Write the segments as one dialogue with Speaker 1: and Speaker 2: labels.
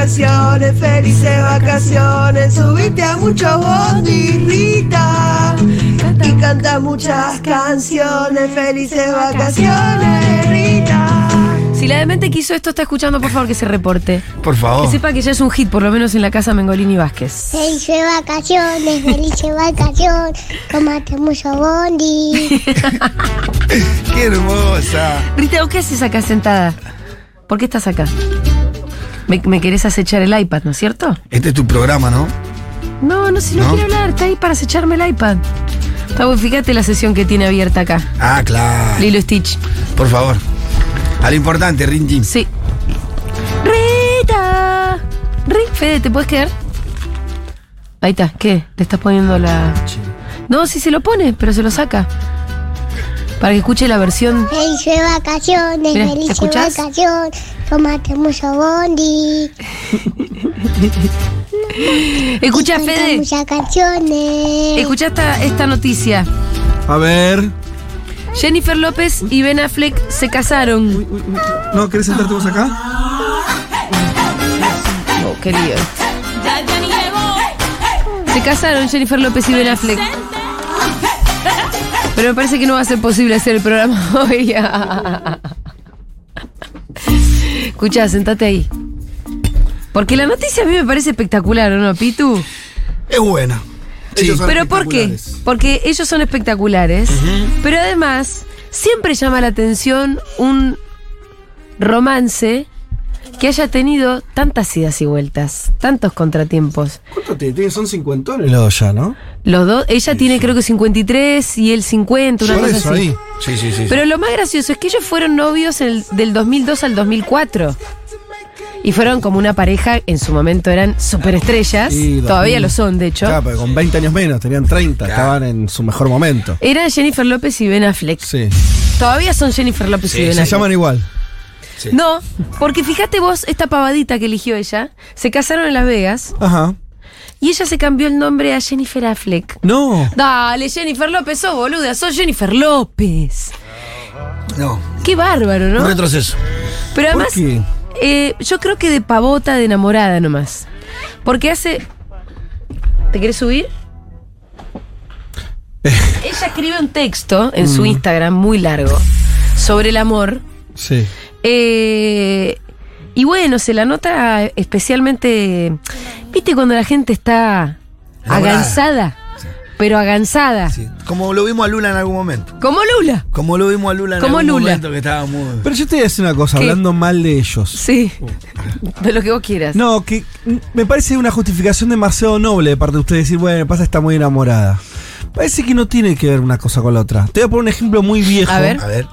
Speaker 1: vacaciones, felices vacaciones. Subiste a muchos bondi, Rita. Y canta muchas canciones, felices vacaciones, Rita.
Speaker 2: Si la demente que hizo esto está escuchando, por favor que se reporte.
Speaker 3: Por
Speaker 2: Que
Speaker 3: favor.
Speaker 2: sepa que ya es un hit, por lo menos en la casa Mengolini Vázquez.
Speaker 4: Felices vacaciones, felices vacaciones. Comate mucho bondi.
Speaker 3: Qué hermosa.
Speaker 2: Rita, ¿vos qué haces acá sentada? ¿Por qué estás acá? Me, me querés acechar el iPad, ¿no es cierto?
Speaker 3: Este es tu programa, ¿no?
Speaker 2: No, no, si no,
Speaker 3: ¿No?
Speaker 2: quiero hablar, está ahí para acecharme el iPad. Pablo, fíjate la sesión que tiene abierta acá.
Speaker 3: Ah, claro.
Speaker 2: Lilo Stitch.
Speaker 3: Por favor. A lo importante, Rinji.
Speaker 2: Sí. Rita. Ri- Fede, ¿te puedes quedar? Ahí está. ¿Qué? ¿Le estás poniendo la...? No, sí se lo pone, pero se lo saca. Para que escuche la versión...
Speaker 4: Felices vacaciones,
Speaker 2: Mira, ¿la
Speaker 4: felices
Speaker 2: escuchás?
Speaker 4: vacaciones. Comate mucho bondi.
Speaker 2: Escucha,
Speaker 4: Canta
Speaker 2: Fede.
Speaker 4: muchas canciones.
Speaker 2: Escucha esta, esta noticia.
Speaker 5: A ver.
Speaker 2: Jennifer López y Ben Affleck se casaron.
Speaker 5: ¿No querés sentarte vos acá?
Speaker 2: Oh, qué lío. Se casaron Jennifer López y Ben Affleck. Pero me parece que no va a ser posible hacer el programa hoy. Escucha, sentate ahí. Porque la noticia a mí me parece espectacular, ¿o no, Pitu?
Speaker 5: Es buena. Ellos son
Speaker 2: ¿Pero por qué?
Speaker 5: espectaculares.
Speaker 2: Porque ellos son espectaculares. Pero además, siempre llama la atención un romance que haya tenido tantas idas y vueltas, tantos contratiempos.
Speaker 5: ¿Cuánto te tienen? Son cincuentones los ya, ¿no?
Speaker 2: Los dos, ella tiene creo que 53 y él 50, una
Speaker 5: Por
Speaker 2: cosa
Speaker 5: eso,
Speaker 2: así.
Speaker 5: ahí.
Speaker 3: Sí, sí, sí.
Speaker 2: Pero lo más gracioso es que ellos fueron novios en el- del 2002 al 2004. Y fueron como una pareja, en su momento eran superestrellas,
Speaker 5: Sí,
Speaker 2: todavía
Speaker 5: 2000.
Speaker 2: lo son de hecho.
Speaker 5: Claro, Ah, pero con 20 años menos, tenían 30, estaban en su mejor momento.
Speaker 2: Eran Jennifer López y Ben Affleck.
Speaker 5: Sí.
Speaker 2: Todavía son Jennifer López y Ben
Speaker 5: Se
Speaker 2: Affleck.
Speaker 5: llaman igual.
Speaker 2: No, porque fíjate vos, esta pavadita que eligió ella, se casaron en Las Vegas
Speaker 5: Ajá.
Speaker 2: y ella se cambió el nombre a Jennifer Affleck.
Speaker 5: No.
Speaker 2: Dale, Jennifer López, sos boluda, sos Jennifer López.
Speaker 3: No.
Speaker 2: Qué bárbaro,
Speaker 3: Un
Speaker 2: ¿no?
Speaker 3: retroceso.
Speaker 2: Pero además,
Speaker 5: qué?
Speaker 2: eh, yo creo que de pavota, de enamorada nomás. Porque hace. ¿Te quieres subir? Ella escribe un texto en su Instagram muy largo sobre el amor.
Speaker 5: Sí.
Speaker 2: Eh, y bueno, se la nota especialmente. ¿Viste cuando la gente está
Speaker 3: Enamorada.
Speaker 2: agansada? Pero agansada.
Speaker 3: Sí. Como lo vimos a Lula en algún momento.
Speaker 2: Como Lula.
Speaker 3: Como lo vimos a Lula en
Speaker 2: Como
Speaker 3: algún
Speaker 2: Lula.
Speaker 3: momento que estaba muy.
Speaker 5: Pero yo te voy a decir una cosa,
Speaker 2: ¿Qué?
Speaker 5: hablando mal de ellos.
Speaker 2: Sí. De lo que vos quieras.
Speaker 5: No, que mm, me parece una justificación demasiado noble de parte de ustedes decir, bueno, pasa está muy enamorada. Parece que no tiene que ver una cosa con la otra. Te voy a poner un ejemplo muy viejo.
Speaker 2: A ver.
Speaker 3: A ver.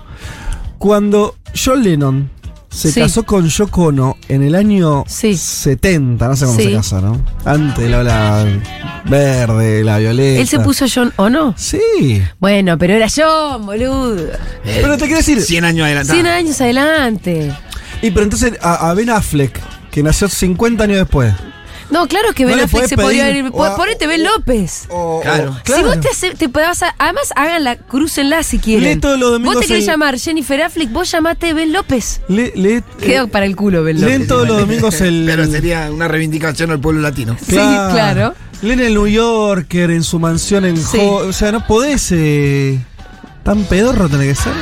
Speaker 5: Cuando John Lennon se
Speaker 2: Sí.
Speaker 5: casó con Yoko Ono en el año
Speaker 2: Sí.
Speaker 5: 70, no sé cómo
Speaker 2: Sí.
Speaker 5: se casaron. Antes la ola verde, la violeta.
Speaker 2: Él se puso John o no.
Speaker 5: Sí.
Speaker 2: Bueno, pero era John, boludo.
Speaker 3: Eh,
Speaker 5: Pero te quiero decir.
Speaker 3: 100 años adelantado.
Speaker 2: 100 años adelante.
Speaker 5: Y pero entonces a, a Ben Affleck, que nació 50 años después.
Speaker 2: No, claro que
Speaker 5: No
Speaker 2: Ben
Speaker 5: le
Speaker 2: Affleck
Speaker 5: podés
Speaker 2: se podría
Speaker 5: pedir-
Speaker 2: ir.
Speaker 5: o a-
Speaker 2: Ponete Ben López.
Speaker 5: O-
Speaker 3: Claro.
Speaker 5: o-
Speaker 2: Si vos te, hace- te podés a- además hagan la crúcenla si quieren.
Speaker 5: Lee todos los
Speaker 2: vos
Speaker 5: domingos
Speaker 2: te querés
Speaker 5: el-
Speaker 2: llamar Jennifer Affleck, vos llamate Ben López.
Speaker 5: Le- le-
Speaker 2: Quedó para el culo Ben López.
Speaker 5: Leen todos los domingos el.
Speaker 3: Pero sería una reivindicación al pueblo latino.
Speaker 2: Sí, claro.
Speaker 5: Leen el New Yorker en su mansión en
Speaker 2: Sí.
Speaker 5: Ho- O sea, no podés. eh, tan pedorro tenés que ser.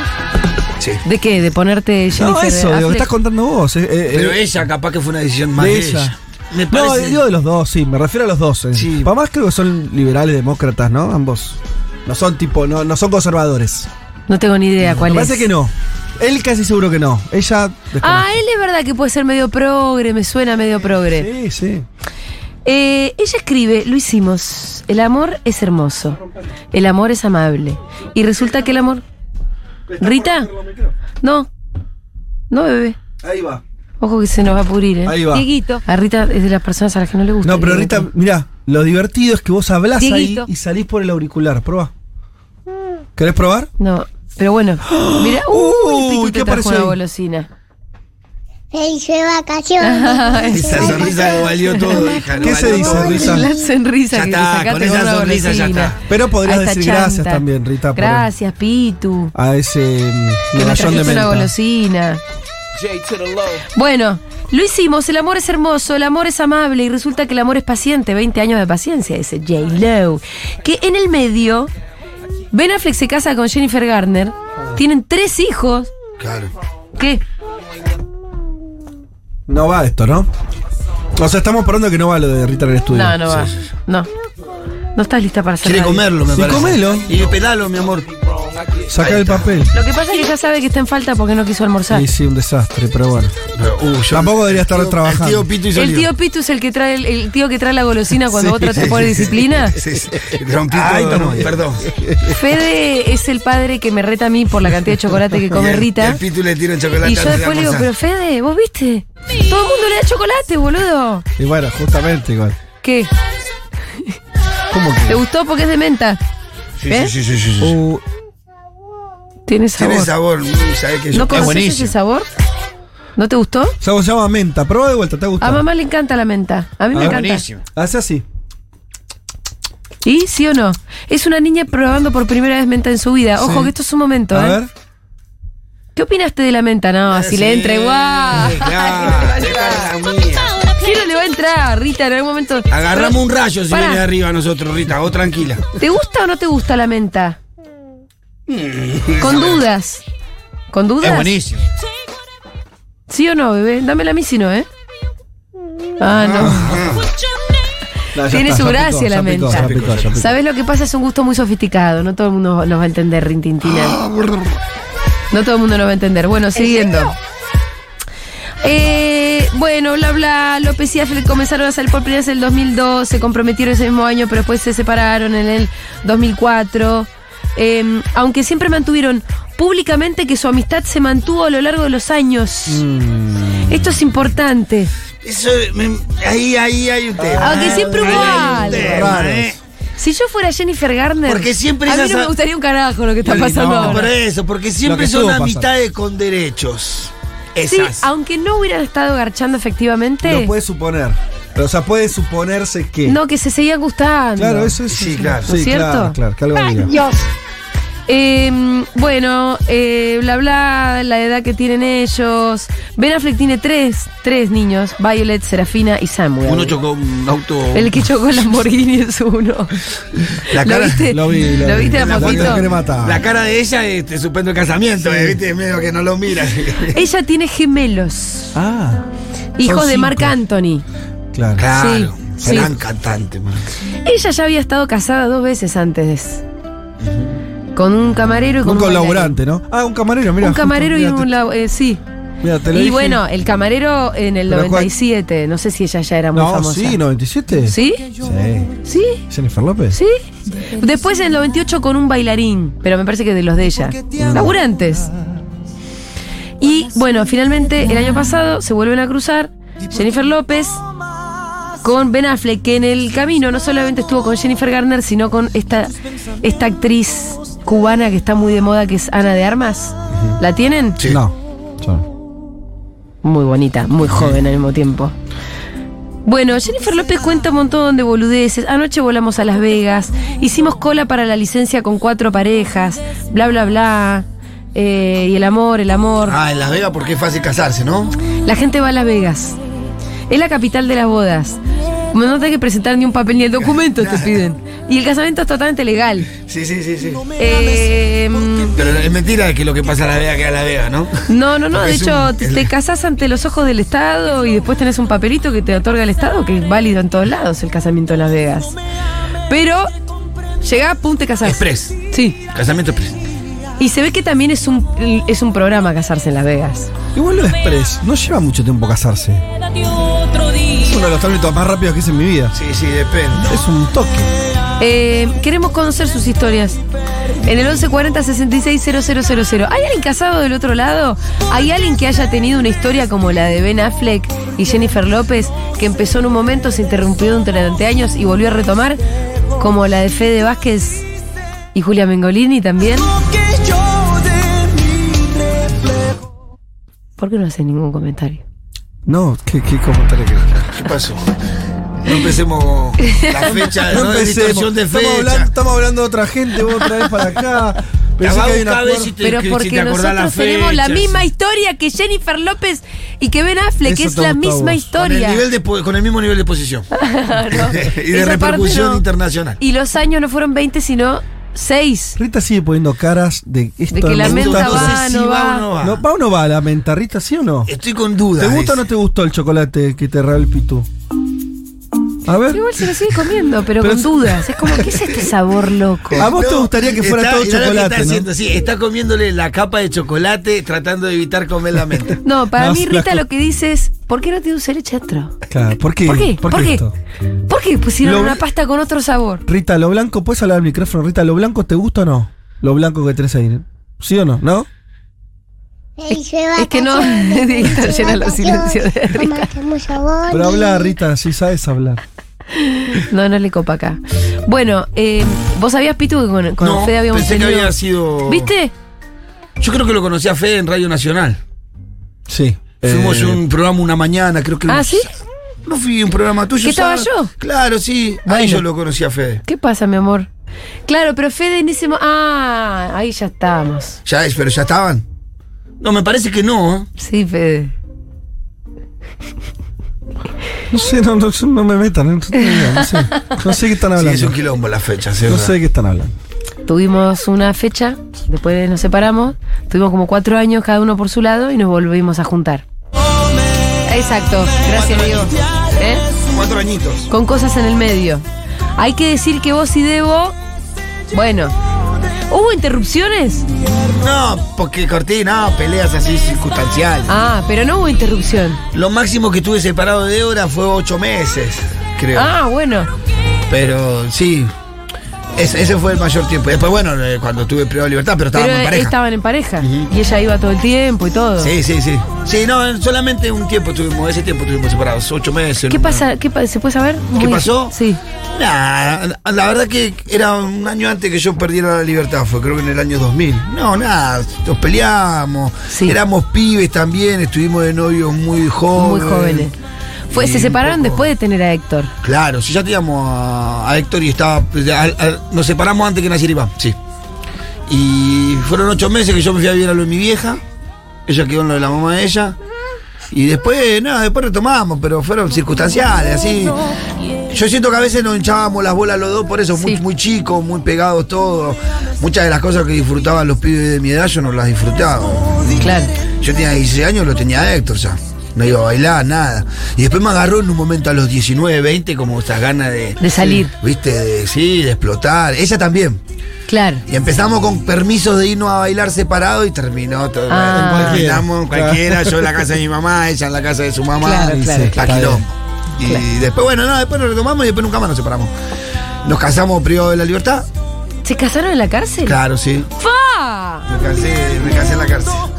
Speaker 3: Sí.
Speaker 2: ¿De qué? ¿De ponerte Jennifer
Speaker 5: no, eso, digo,
Speaker 2: Affleck?
Speaker 5: que estás contando vos. eh, eh,
Speaker 3: Pero
Speaker 5: eh,
Speaker 3: ella capaz que fue una decisión más
Speaker 5: de
Speaker 3: de
Speaker 5: ella.
Speaker 3: ella. Me
Speaker 5: no,
Speaker 3: parece-
Speaker 5: digo de los dos, sí, me refiero a los dos. eh.
Speaker 3: Sí.
Speaker 5: Papás creo que son liberales, demócratas, ¿no? Ambos. No son tipo, no, no son conservadores.
Speaker 2: No tengo ni idea cuál
Speaker 5: Mm, Me
Speaker 2: es.
Speaker 5: parece que no. Él casi seguro que no. Ella. desconoce.
Speaker 2: Ah, él es verdad que puede ser medio progre, me suena medio progre.
Speaker 5: Sí, sí.
Speaker 2: Eh, ella escribe, lo hicimos, el amor es hermoso, el amor es amable. Y resulta que el amor... Rita, no, no bebé.
Speaker 5: Ahí va.
Speaker 2: Ojo que se nos va a pudrir, ¿eh?
Speaker 5: Ahí va.
Speaker 2: Dieguito. A Rita es de las personas a las que no le gusta. Eh,
Speaker 5: No, pero
Speaker 2: Dieguito.
Speaker 5: Rita, mirá, lo divertido es que vos hablás
Speaker 2: Dieguito.
Speaker 5: ahí y salís por el auricular. Probá. ¿Querés probar?
Speaker 2: No, pero bueno. Mira, uy,
Speaker 5: Uy,
Speaker 2: Pitu te
Speaker 5: ¿qué
Speaker 2: trajo
Speaker 5: apareció
Speaker 2: una
Speaker 5: ahí?
Speaker 2: golosina.
Speaker 4: Felices vacaciones.
Speaker 3: Esa sonrisa lo valió todo, hija. lo
Speaker 5: ¿Qué se
Speaker 3: valió
Speaker 5: dice,
Speaker 3: todo.
Speaker 5: Rita?
Speaker 2: La sonrisa
Speaker 3: Ya
Speaker 2: que
Speaker 3: está,
Speaker 2: te sacaste
Speaker 3: con esa
Speaker 2: una
Speaker 3: sonrisa ya
Speaker 2: golosina.
Speaker 3: está.
Speaker 5: Pero podrías
Speaker 2: A esta
Speaker 5: decir gracias
Speaker 2: chanta.
Speaker 5: también, Rita, por-
Speaker 2: Gracias, Pitu.
Speaker 5: A ese mm,
Speaker 2: Que
Speaker 5: medallón
Speaker 2: nos
Speaker 5: de
Speaker 2: trajiste una
Speaker 5: menta.
Speaker 2: golosina. Bueno, Lo hicimos, el amor es hermoso, el amor es amable y resulta que el amor es paciente, 20 años de paciencia, dice J. Lo. Que en el medio, Ben Affleck se casa con Jennifer Garner, tienen tres hijos.
Speaker 3: Claro.
Speaker 2: ¿Qué?
Speaker 5: No va esto, ¿no? O sea, estamos parando que no va lo de Rita en el estudio.
Speaker 2: No, no va.
Speaker 3: sí,
Speaker 2: No. No estás lista para hacer
Speaker 3: Quiere
Speaker 2: radio.
Speaker 3: comerlo, me
Speaker 5: Sí,
Speaker 3: parece.
Speaker 5: comelo.
Speaker 3: Y pelalo, mi amor.
Speaker 5: Saca
Speaker 3: Ahí
Speaker 5: el
Speaker 3: está.
Speaker 5: papel.
Speaker 2: Lo que pasa es que ya sabe que está en falta porque no quiso almorzar.
Speaker 5: Sí, sí, un desastre, pero bueno.
Speaker 3: Pero, uh, yo-
Speaker 5: Tampoco debería estar
Speaker 3: el tío-
Speaker 5: trabajando.
Speaker 3: El tío Pito y
Speaker 2: El
Speaker 3: salió.
Speaker 2: tío Pitu es el que trae el, el tío que trae la golosina cuando
Speaker 5: Sí,
Speaker 2: vos tratás
Speaker 3: Sí,
Speaker 2: de poner
Speaker 3: sí, sí.
Speaker 2: disciplina.
Speaker 3: Sí, sí. Rompí
Speaker 5: Ahí
Speaker 3: todo,
Speaker 5: estamos bien.
Speaker 3: Perdón.
Speaker 2: Fede es el padre que me reta a mí por la cantidad de chocolate que
Speaker 3: Y
Speaker 2: come
Speaker 3: el-
Speaker 2: Rita.
Speaker 3: El Pito le tira el chocolate.
Speaker 2: Y yo
Speaker 3: antes de
Speaker 2: después le digo, pero
Speaker 3: almorzar.
Speaker 2: Fede, ¿vos viste? Todo el mundo le da chocolate, boludo.
Speaker 5: Y bueno, justamente igual.
Speaker 2: ¿Qué?
Speaker 5: ¿Cómo
Speaker 2: ¿Te
Speaker 5: que?
Speaker 2: gustó porque es de menta? ¿Eh?
Speaker 3: Sí, sí, sí, sí, sí.
Speaker 5: Uh,
Speaker 2: Tiene sabor.
Speaker 3: Tiene sabor. mm, Sabes que yo.
Speaker 2: ¿No
Speaker 3: Es
Speaker 2: conoces
Speaker 3: buenísimo.
Speaker 2: ese sabor? ¿No te gustó?
Speaker 5: se llama menta. Prueba de vuelta, ¿te gusta?
Speaker 2: Ah, A mamá le encanta la menta. A mí me
Speaker 5: Ah,
Speaker 2: encanta.
Speaker 3: Buenísimo.
Speaker 5: Hace así.
Speaker 2: ¿Y sí o no? Es una niña probando por primera vez menta en su vida. Ojo,
Speaker 5: Sí.
Speaker 2: que esto es un momento,
Speaker 5: A
Speaker 2: ¿eh?
Speaker 5: ver.
Speaker 2: ¿Qué opinaste de la menta? No, si le entra igual.
Speaker 3: Sí, Eh, claro, deja la mía.
Speaker 2: ¿Quién no le va a entrar, Rita? En algún momento.
Speaker 3: Agarramos un rayo si
Speaker 2: Pará.
Speaker 3: viene de arriba a nosotros, Rita. Vos tranquila.
Speaker 2: ¿Te gusta o no te gusta la menta? Con dudas. ¿Con dudas?
Speaker 3: Es buenísimo.
Speaker 2: ¿Sí o no, bebé? Dámela a mí si no, ¿eh? Ah, no.
Speaker 5: No, ya
Speaker 2: Tiene su
Speaker 5: ya
Speaker 2: gracia
Speaker 5: picó,
Speaker 2: la
Speaker 5: ya picó,
Speaker 2: menta.
Speaker 5: ya picó, ya picó.
Speaker 2: ¿Sabes lo que pasa? Es un gusto muy sofisticado. No todo el mundo nos va a entender,
Speaker 3: Ah,
Speaker 2: Rintintina. No todo el mundo nos va a entender. Bueno, siguiendo. Eh, bueno, bla bla, López y Affleck comenzaron a salir por primera vez en el 2002, se comprometieron ese mismo año, pero después se separaron en el 2004. Eh, aunque siempre mantuvieron públicamente que su amistad se mantuvo a lo largo de los años.
Speaker 3: Mm.
Speaker 2: Esto es importante.
Speaker 3: Eso, me- ahí, ahí hay usted.
Speaker 2: Aunque siempre hubo algo.
Speaker 3: ¿eh?
Speaker 2: Si yo fuera Jennifer Garner,
Speaker 3: Porque siempre
Speaker 2: a mí
Speaker 3: esas-
Speaker 2: no me gustaría un carajo lo que está
Speaker 5: No,
Speaker 2: pasando
Speaker 5: no,
Speaker 2: ahora.
Speaker 3: Por eso, porque siempre
Speaker 5: estuvo
Speaker 3: son
Speaker 5: pasando.
Speaker 3: amistades con derechos.
Speaker 2: Sí,
Speaker 3: Esas.
Speaker 2: aunque no hubieran estado garchando efectivamente,
Speaker 5: Lo puede suponer. Pero, o sea, puede suponerse que.
Speaker 2: no, que se seguían gustando.
Speaker 5: Claro, eso es.
Speaker 3: Sí, claro.
Speaker 2: ¿No es cierto?
Speaker 5: claro, claro, que algo había.
Speaker 2: Eh, bueno, eh, bla bla, la edad que tienen ellos. Ben Affleck tiene tres, tres niños: Violet, Serafina y Samuel.
Speaker 3: Uno chocó un auto.
Speaker 2: El que chocó el Lamborghini es uno.
Speaker 3: La cara-
Speaker 2: ¿Lo viste?
Speaker 5: lo vi, lo
Speaker 2: ¿Lo
Speaker 5: vi.
Speaker 2: viste la
Speaker 5: La
Speaker 2: fotito?
Speaker 5: foto que le mata.
Speaker 3: La cara de ella eh, te suspendo el casamiento, eh, ¿viste? Medio que no lo mira.
Speaker 2: Ella tiene gemelos,
Speaker 5: Ah,
Speaker 2: hijos de
Speaker 5: cinco.
Speaker 2: Marc Anthony.
Speaker 5: claro.
Speaker 3: Claro.
Speaker 2: sí.
Speaker 3: Gran cantante, man.
Speaker 2: Ella ya había estado casada dos veces antes. Con un camarero y con
Speaker 5: Un
Speaker 2: un bailarín.
Speaker 5: colaborante, ¿no? Ah, un camarero, mira.
Speaker 2: un camarero y un...
Speaker 5: Mira,
Speaker 2: labo- eh, sí.
Speaker 5: te- mira, te lo
Speaker 2: Y
Speaker 5: dije.
Speaker 2: bueno, el camarero en el
Speaker 5: Pero cuál-
Speaker 2: 97. No sé si ella ya era muy
Speaker 5: No,
Speaker 2: famosa.
Speaker 5: sí, 97.
Speaker 2: ¿Sí?
Speaker 5: Sí.
Speaker 2: ¿Sí?
Speaker 5: Jennifer López.
Speaker 2: ¿Sí? Después en el 98 con un bailarín, pero me parece que de los de ella. Laburantes. Y bueno, finalmente el año pasado se vuelven a cruzar Jennifer López con Ben Affleck, que en el camino no solamente estuvo con Jennifer Garner, sino con esta, esta actriz cubana que está muy de moda, que es Ana de Armas. ¿La tienen?
Speaker 3: Sí.
Speaker 5: No. yo no.
Speaker 2: Muy bonita, muy joven al mismo tiempo. Bueno, Jennifer López cuenta un montón de boludeces. Anoche volamos a Las Vegas, hicimos cola para la licencia con cuatro parejas, bla, bla, bla. Eh, y el amor, el amor.
Speaker 3: Ah, en Las Vegas porque es fácil casarse, ¿no?
Speaker 2: La gente va a Las Vegas. Es la capital de las bodas. No te hay que presentar ni un papel ni el documento, te piden. Y el casamiento es totalmente legal.
Speaker 3: Sí, sí, sí, sí.
Speaker 2: Eh,
Speaker 3: Pero es mentira que lo que pasa en Las Vegas queda en Las Vegas, ¿no?
Speaker 2: no, no, no.
Speaker 3: Porque
Speaker 2: De
Speaker 3: es
Speaker 2: hecho,
Speaker 3: un-
Speaker 2: te,
Speaker 3: el-
Speaker 2: te casás ante los ojos del Estado y después tenés un papelito que te otorga el Estado, que es válido en todos lados el casamiento en Las Vegas. Pero llegá, pum, te casás.
Speaker 3: Express.
Speaker 2: Sí.
Speaker 3: Casamiento express.
Speaker 2: Y se ve que también es un, es un programa casarse en Las Vegas.
Speaker 5: Igual lo de Express. No lleva mucho tiempo casarse. Es uno de los trámites más rápidos que hice en mi vida.
Speaker 3: Sí, sí, depende.
Speaker 5: Es un toque.
Speaker 2: Eh, queremos conocer sus historias. En el 1140-660000. ¿Hay alguien casado del otro lado? ¿Hay alguien que haya tenido una historia como la de Ben Affleck y Jennifer López, que empezó en un momento, se interrumpió durante años y volvió a retomar? Como la de Fede Vázquez y Julia Mengolini también. ¿Por qué no hace ningún comentario?
Speaker 5: No, qué, qué comentario que.
Speaker 3: ¿Qué pasó? No empecemos la fecha, no,
Speaker 5: No
Speaker 3: de
Speaker 5: empecemos.
Speaker 3: distorsión de
Speaker 5: Estamos
Speaker 3: fecha.
Speaker 5: hablando, estamos hablando de otra gente, vos otra vez para acá. Pero sí
Speaker 3: va
Speaker 5: que
Speaker 3: a
Speaker 5: hay un
Speaker 3: buscar a ver
Speaker 5: acuerdo.
Speaker 3: si te-
Speaker 2: Pero
Speaker 3: si te
Speaker 2: porque
Speaker 3: acordás
Speaker 2: nosotros
Speaker 3: la fecha,
Speaker 2: tenemos la
Speaker 3: sí.
Speaker 2: misma historia que Jennifer López y que Ben Affleck, que
Speaker 5: Eso
Speaker 2: es
Speaker 5: te
Speaker 2: la
Speaker 5: gustó a
Speaker 2: misma
Speaker 5: vos.
Speaker 3: Con el,
Speaker 2: historia.
Speaker 3: nivel de, po- con el mismo nivel de posición.
Speaker 2: Claro.
Speaker 3: y de
Speaker 2: Esa parte
Speaker 3: repercusión
Speaker 2: no.
Speaker 3: internacional.
Speaker 2: Y los años no fueron 20, sino 6.
Speaker 5: Rita sigue poniendo caras de esto.
Speaker 2: De que
Speaker 5: me
Speaker 2: la
Speaker 5: gusta,
Speaker 2: menta
Speaker 5: no sé
Speaker 2: va,
Speaker 5: si-
Speaker 2: no va.
Speaker 3: o no va.
Speaker 5: No, ¿Va o no va la menta, Rita, sí o no?
Speaker 3: Estoy con dudas.
Speaker 5: ¿Te gusta o no
Speaker 3: dice.
Speaker 5: te gustó el chocolate que te regaló el pitú? A ver.
Speaker 2: Igual se lo sigue comiendo, pero,
Speaker 5: Pero
Speaker 2: con
Speaker 5: es-
Speaker 2: dudas. Es como, ¿qué es este sabor loco?
Speaker 3: Ah,
Speaker 5: A vos te gustaría que fuera
Speaker 3: está-
Speaker 5: todo
Speaker 3: mirá lo que
Speaker 5: chocolate,
Speaker 3: Está
Speaker 5: ¿no?
Speaker 3: haciendo, sí, está comiéndole la capa de chocolate tratando de evitar comer la menta.
Speaker 2: No, para
Speaker 5: No,
Speaker 2: mí
Speaker 5: las
Speaker 2: Rita
Speaker 5: co-
Speaker 2: lo que dice es, ¿por qué no te usaré chatro?
Speaker 5: Claro, ¿por qué?
Speaker 2: ¿Por qué?
Speaker 5: ¿Por qué esto?
Speaker 2: ¿Por qué pusieron
Speaker 5: Lo-
Speaker 2: una pasta con otro sabor?
Speaker 5: Rita, lo blanco, ¿puedes hablar al micrófono? Rita, ¿lo blanco te gusta o no? Lo blanco que tenés ahí. ¿Sí o no? ¿No?
Speaker 4: Feliz vacaciones.
Speaker 2: Es que no, Dieguito
Speaker 4: feliz
Speaker 2: llena los
Speaker 4: vacaciones,
Speaker 2: silencios de Rita.
Speaker 4: Tomate mucho bondi.
Speaker 5: Pero habla, Rita, si sabes hablar.
Speaker 2: No, no le copa acá. Bueno, eh, vos sabías, Pitu, que con, con
Speaker 3: no,
Speaker 2: Fede habíamos
Speaker 3: pensé que
Speaker 2: tenido-
Speaker 3: había sido.
Speaker 2: ¿Viste?
Speaker 3: Yo creo que lo conocí a Fede en Radio Nacional.
Speaker 5: Sí.
Speaker 3: Fuimos
Speaker 5: Eh,
Speaker 3: un programa una mañana, creo que.
Speaker 2: ¿Ah,
Speaker 3: lo-
Speaker 2: sí?
Speaker 3: No fui a un programa tuyo.
Speaker 2: ¿Que estaba
Speaker 3: ¿sabes?
Speaker 2: yo?
Speaker 3: Claro, sí. Ahí yo lo conocí a Fede.
Speaker 2: ¿Qué pasa, mi amor? Claro, pero Fede en ese mo- Ah, ahí ya estábamos.
Speaker 3: Ya es, pero ya estaban. No, me parece que no. ¿eh?
Speaker 2: Sí, Fede.
Speaker 5: No sé, no, no, no me metan. No, no sé, no sé qué están
Speaker 3: Sí, es
Speaker 5: hablando.
Speaker 3: un quilombo la fecha,
Speaker 5: No sé de qué están hablando.
Speaker 2: Tuvimos una fecha, después nos separamos, tuvimos como cuatro años cada uno por su lado y nos volvimos a juntar. Exacto, gracias Diego. ¿Eh?
Speaker 3: Cuatro añitos.
Speaker 2: Con cosas en el medio. Hay que decir que vos y Debo, bueno, ¿hubo interrupciones?
Speaker 3: No, porque corté, no, peleas así circunstanciales.
Speaker 2: Ah, pero no hubo interrupción.
Speaker 3: Lo máximo que estuve separado de Débora fue ocho meses, creo.
Speaker 2: Ah, bueno.
Speaker 3: Pero sí, es- ese fue el mayor tiempo. Después, bueno, eh, cuando tuve privado de libertad, pero estábamos
Speaker 2: Pero
Speaker 3: en pareja.
Speaker 2: estaban en pareja y ella iba todo el tiempo y todo.
Speaker 3: Sí, sí, sí. Sí, no, solamente un tiempo tuvimos, ese tiempo tuvimos separados, ocho meses.
Speaker 2: ¿Qué
Speaker 3: no-
Speaker 2: pasa? ¿Qué pa- ¿Se puede saber?
Speaker 3: ¿Qué
Speaker 2: Muy-
Speaker 3: pasó?
Speaker 2: Sí.
Speaker 3: Nada, la verdad que era un año antes que yo perdiera la libertad, fue creo que en el año 2000. No, nada, nos peleamos,
Speaker 2: Sí.
Speaker 3: éramos pibes también, estuvimos de novios muy jóvenes.
Speaker 2: Muy jóvenes. Fue,
Speaker 3: Oh, eh. Y
Speaker 2: se
Speaker 3: un
Speaker 2: separaron
Speaker 3: poco-
Speaker 2: después de tener a Héctor.
Speaker 3: Claro, si ya teníamos a, a Héctor y estaba. pues, a- a- nos separamos antes que naciera Iván, sí. Y fueron ocho meses que yo me fui a vivir a lo de mi vieja. Ella quedó en lo de la mamá de ella. Y después, nada, después retomamos, pero fueron circunstanciales, así. Yo siento que a veces nos hinchábamos las bolas los dos, por eso, muy,
Speaker 2: Sí.
Speaker 3: muy chicos, muy pegados todos. Muchas de las cosas que disfrutaban los pibes de mi edad, yo no las disfrutaba.
Speaker 2: Claro.
Speaker 3: Yo tenía 16 años, lo tenía Héctor ya. No iba a bailar, nada. Y después me agarró en un momento a los 19, 20, como esas ganas de.
Speaker 2: De salir.
Speaker 3: ¿Viste? De, sí, de explotar. Ella también.
Speaker 2: Claro.
Speaker 3: Y empezamos con permisos de irnos a bailar separado y terminó todo.
Speaker 2: Ah.
Speaker 3: Bueno, terminamos en
Speaker 5: Claro.
Speaker 3: cualquiera, yo en la casa de mi mamá, ella en la casa de su mamá.
Speaker 2: Claro,
Speaker 3: y
Speaker 2: claro,
Speaker 3: se-
Speaker 5: claro.
Speaker 3: pa' quilombo. Y
Speaker 2: Claro.
Speaker 3: después, bueno, no, después nos retomamos y después nunca más nos separamos. Nos casamos privados de la libertad.
Speaker 2: ¿Se casaron en la cárcel?
Speaker 3: Claro, sí.
Speaker 2: ¡Fa!
Speaker 3: Me casé, me casé en la cárcel.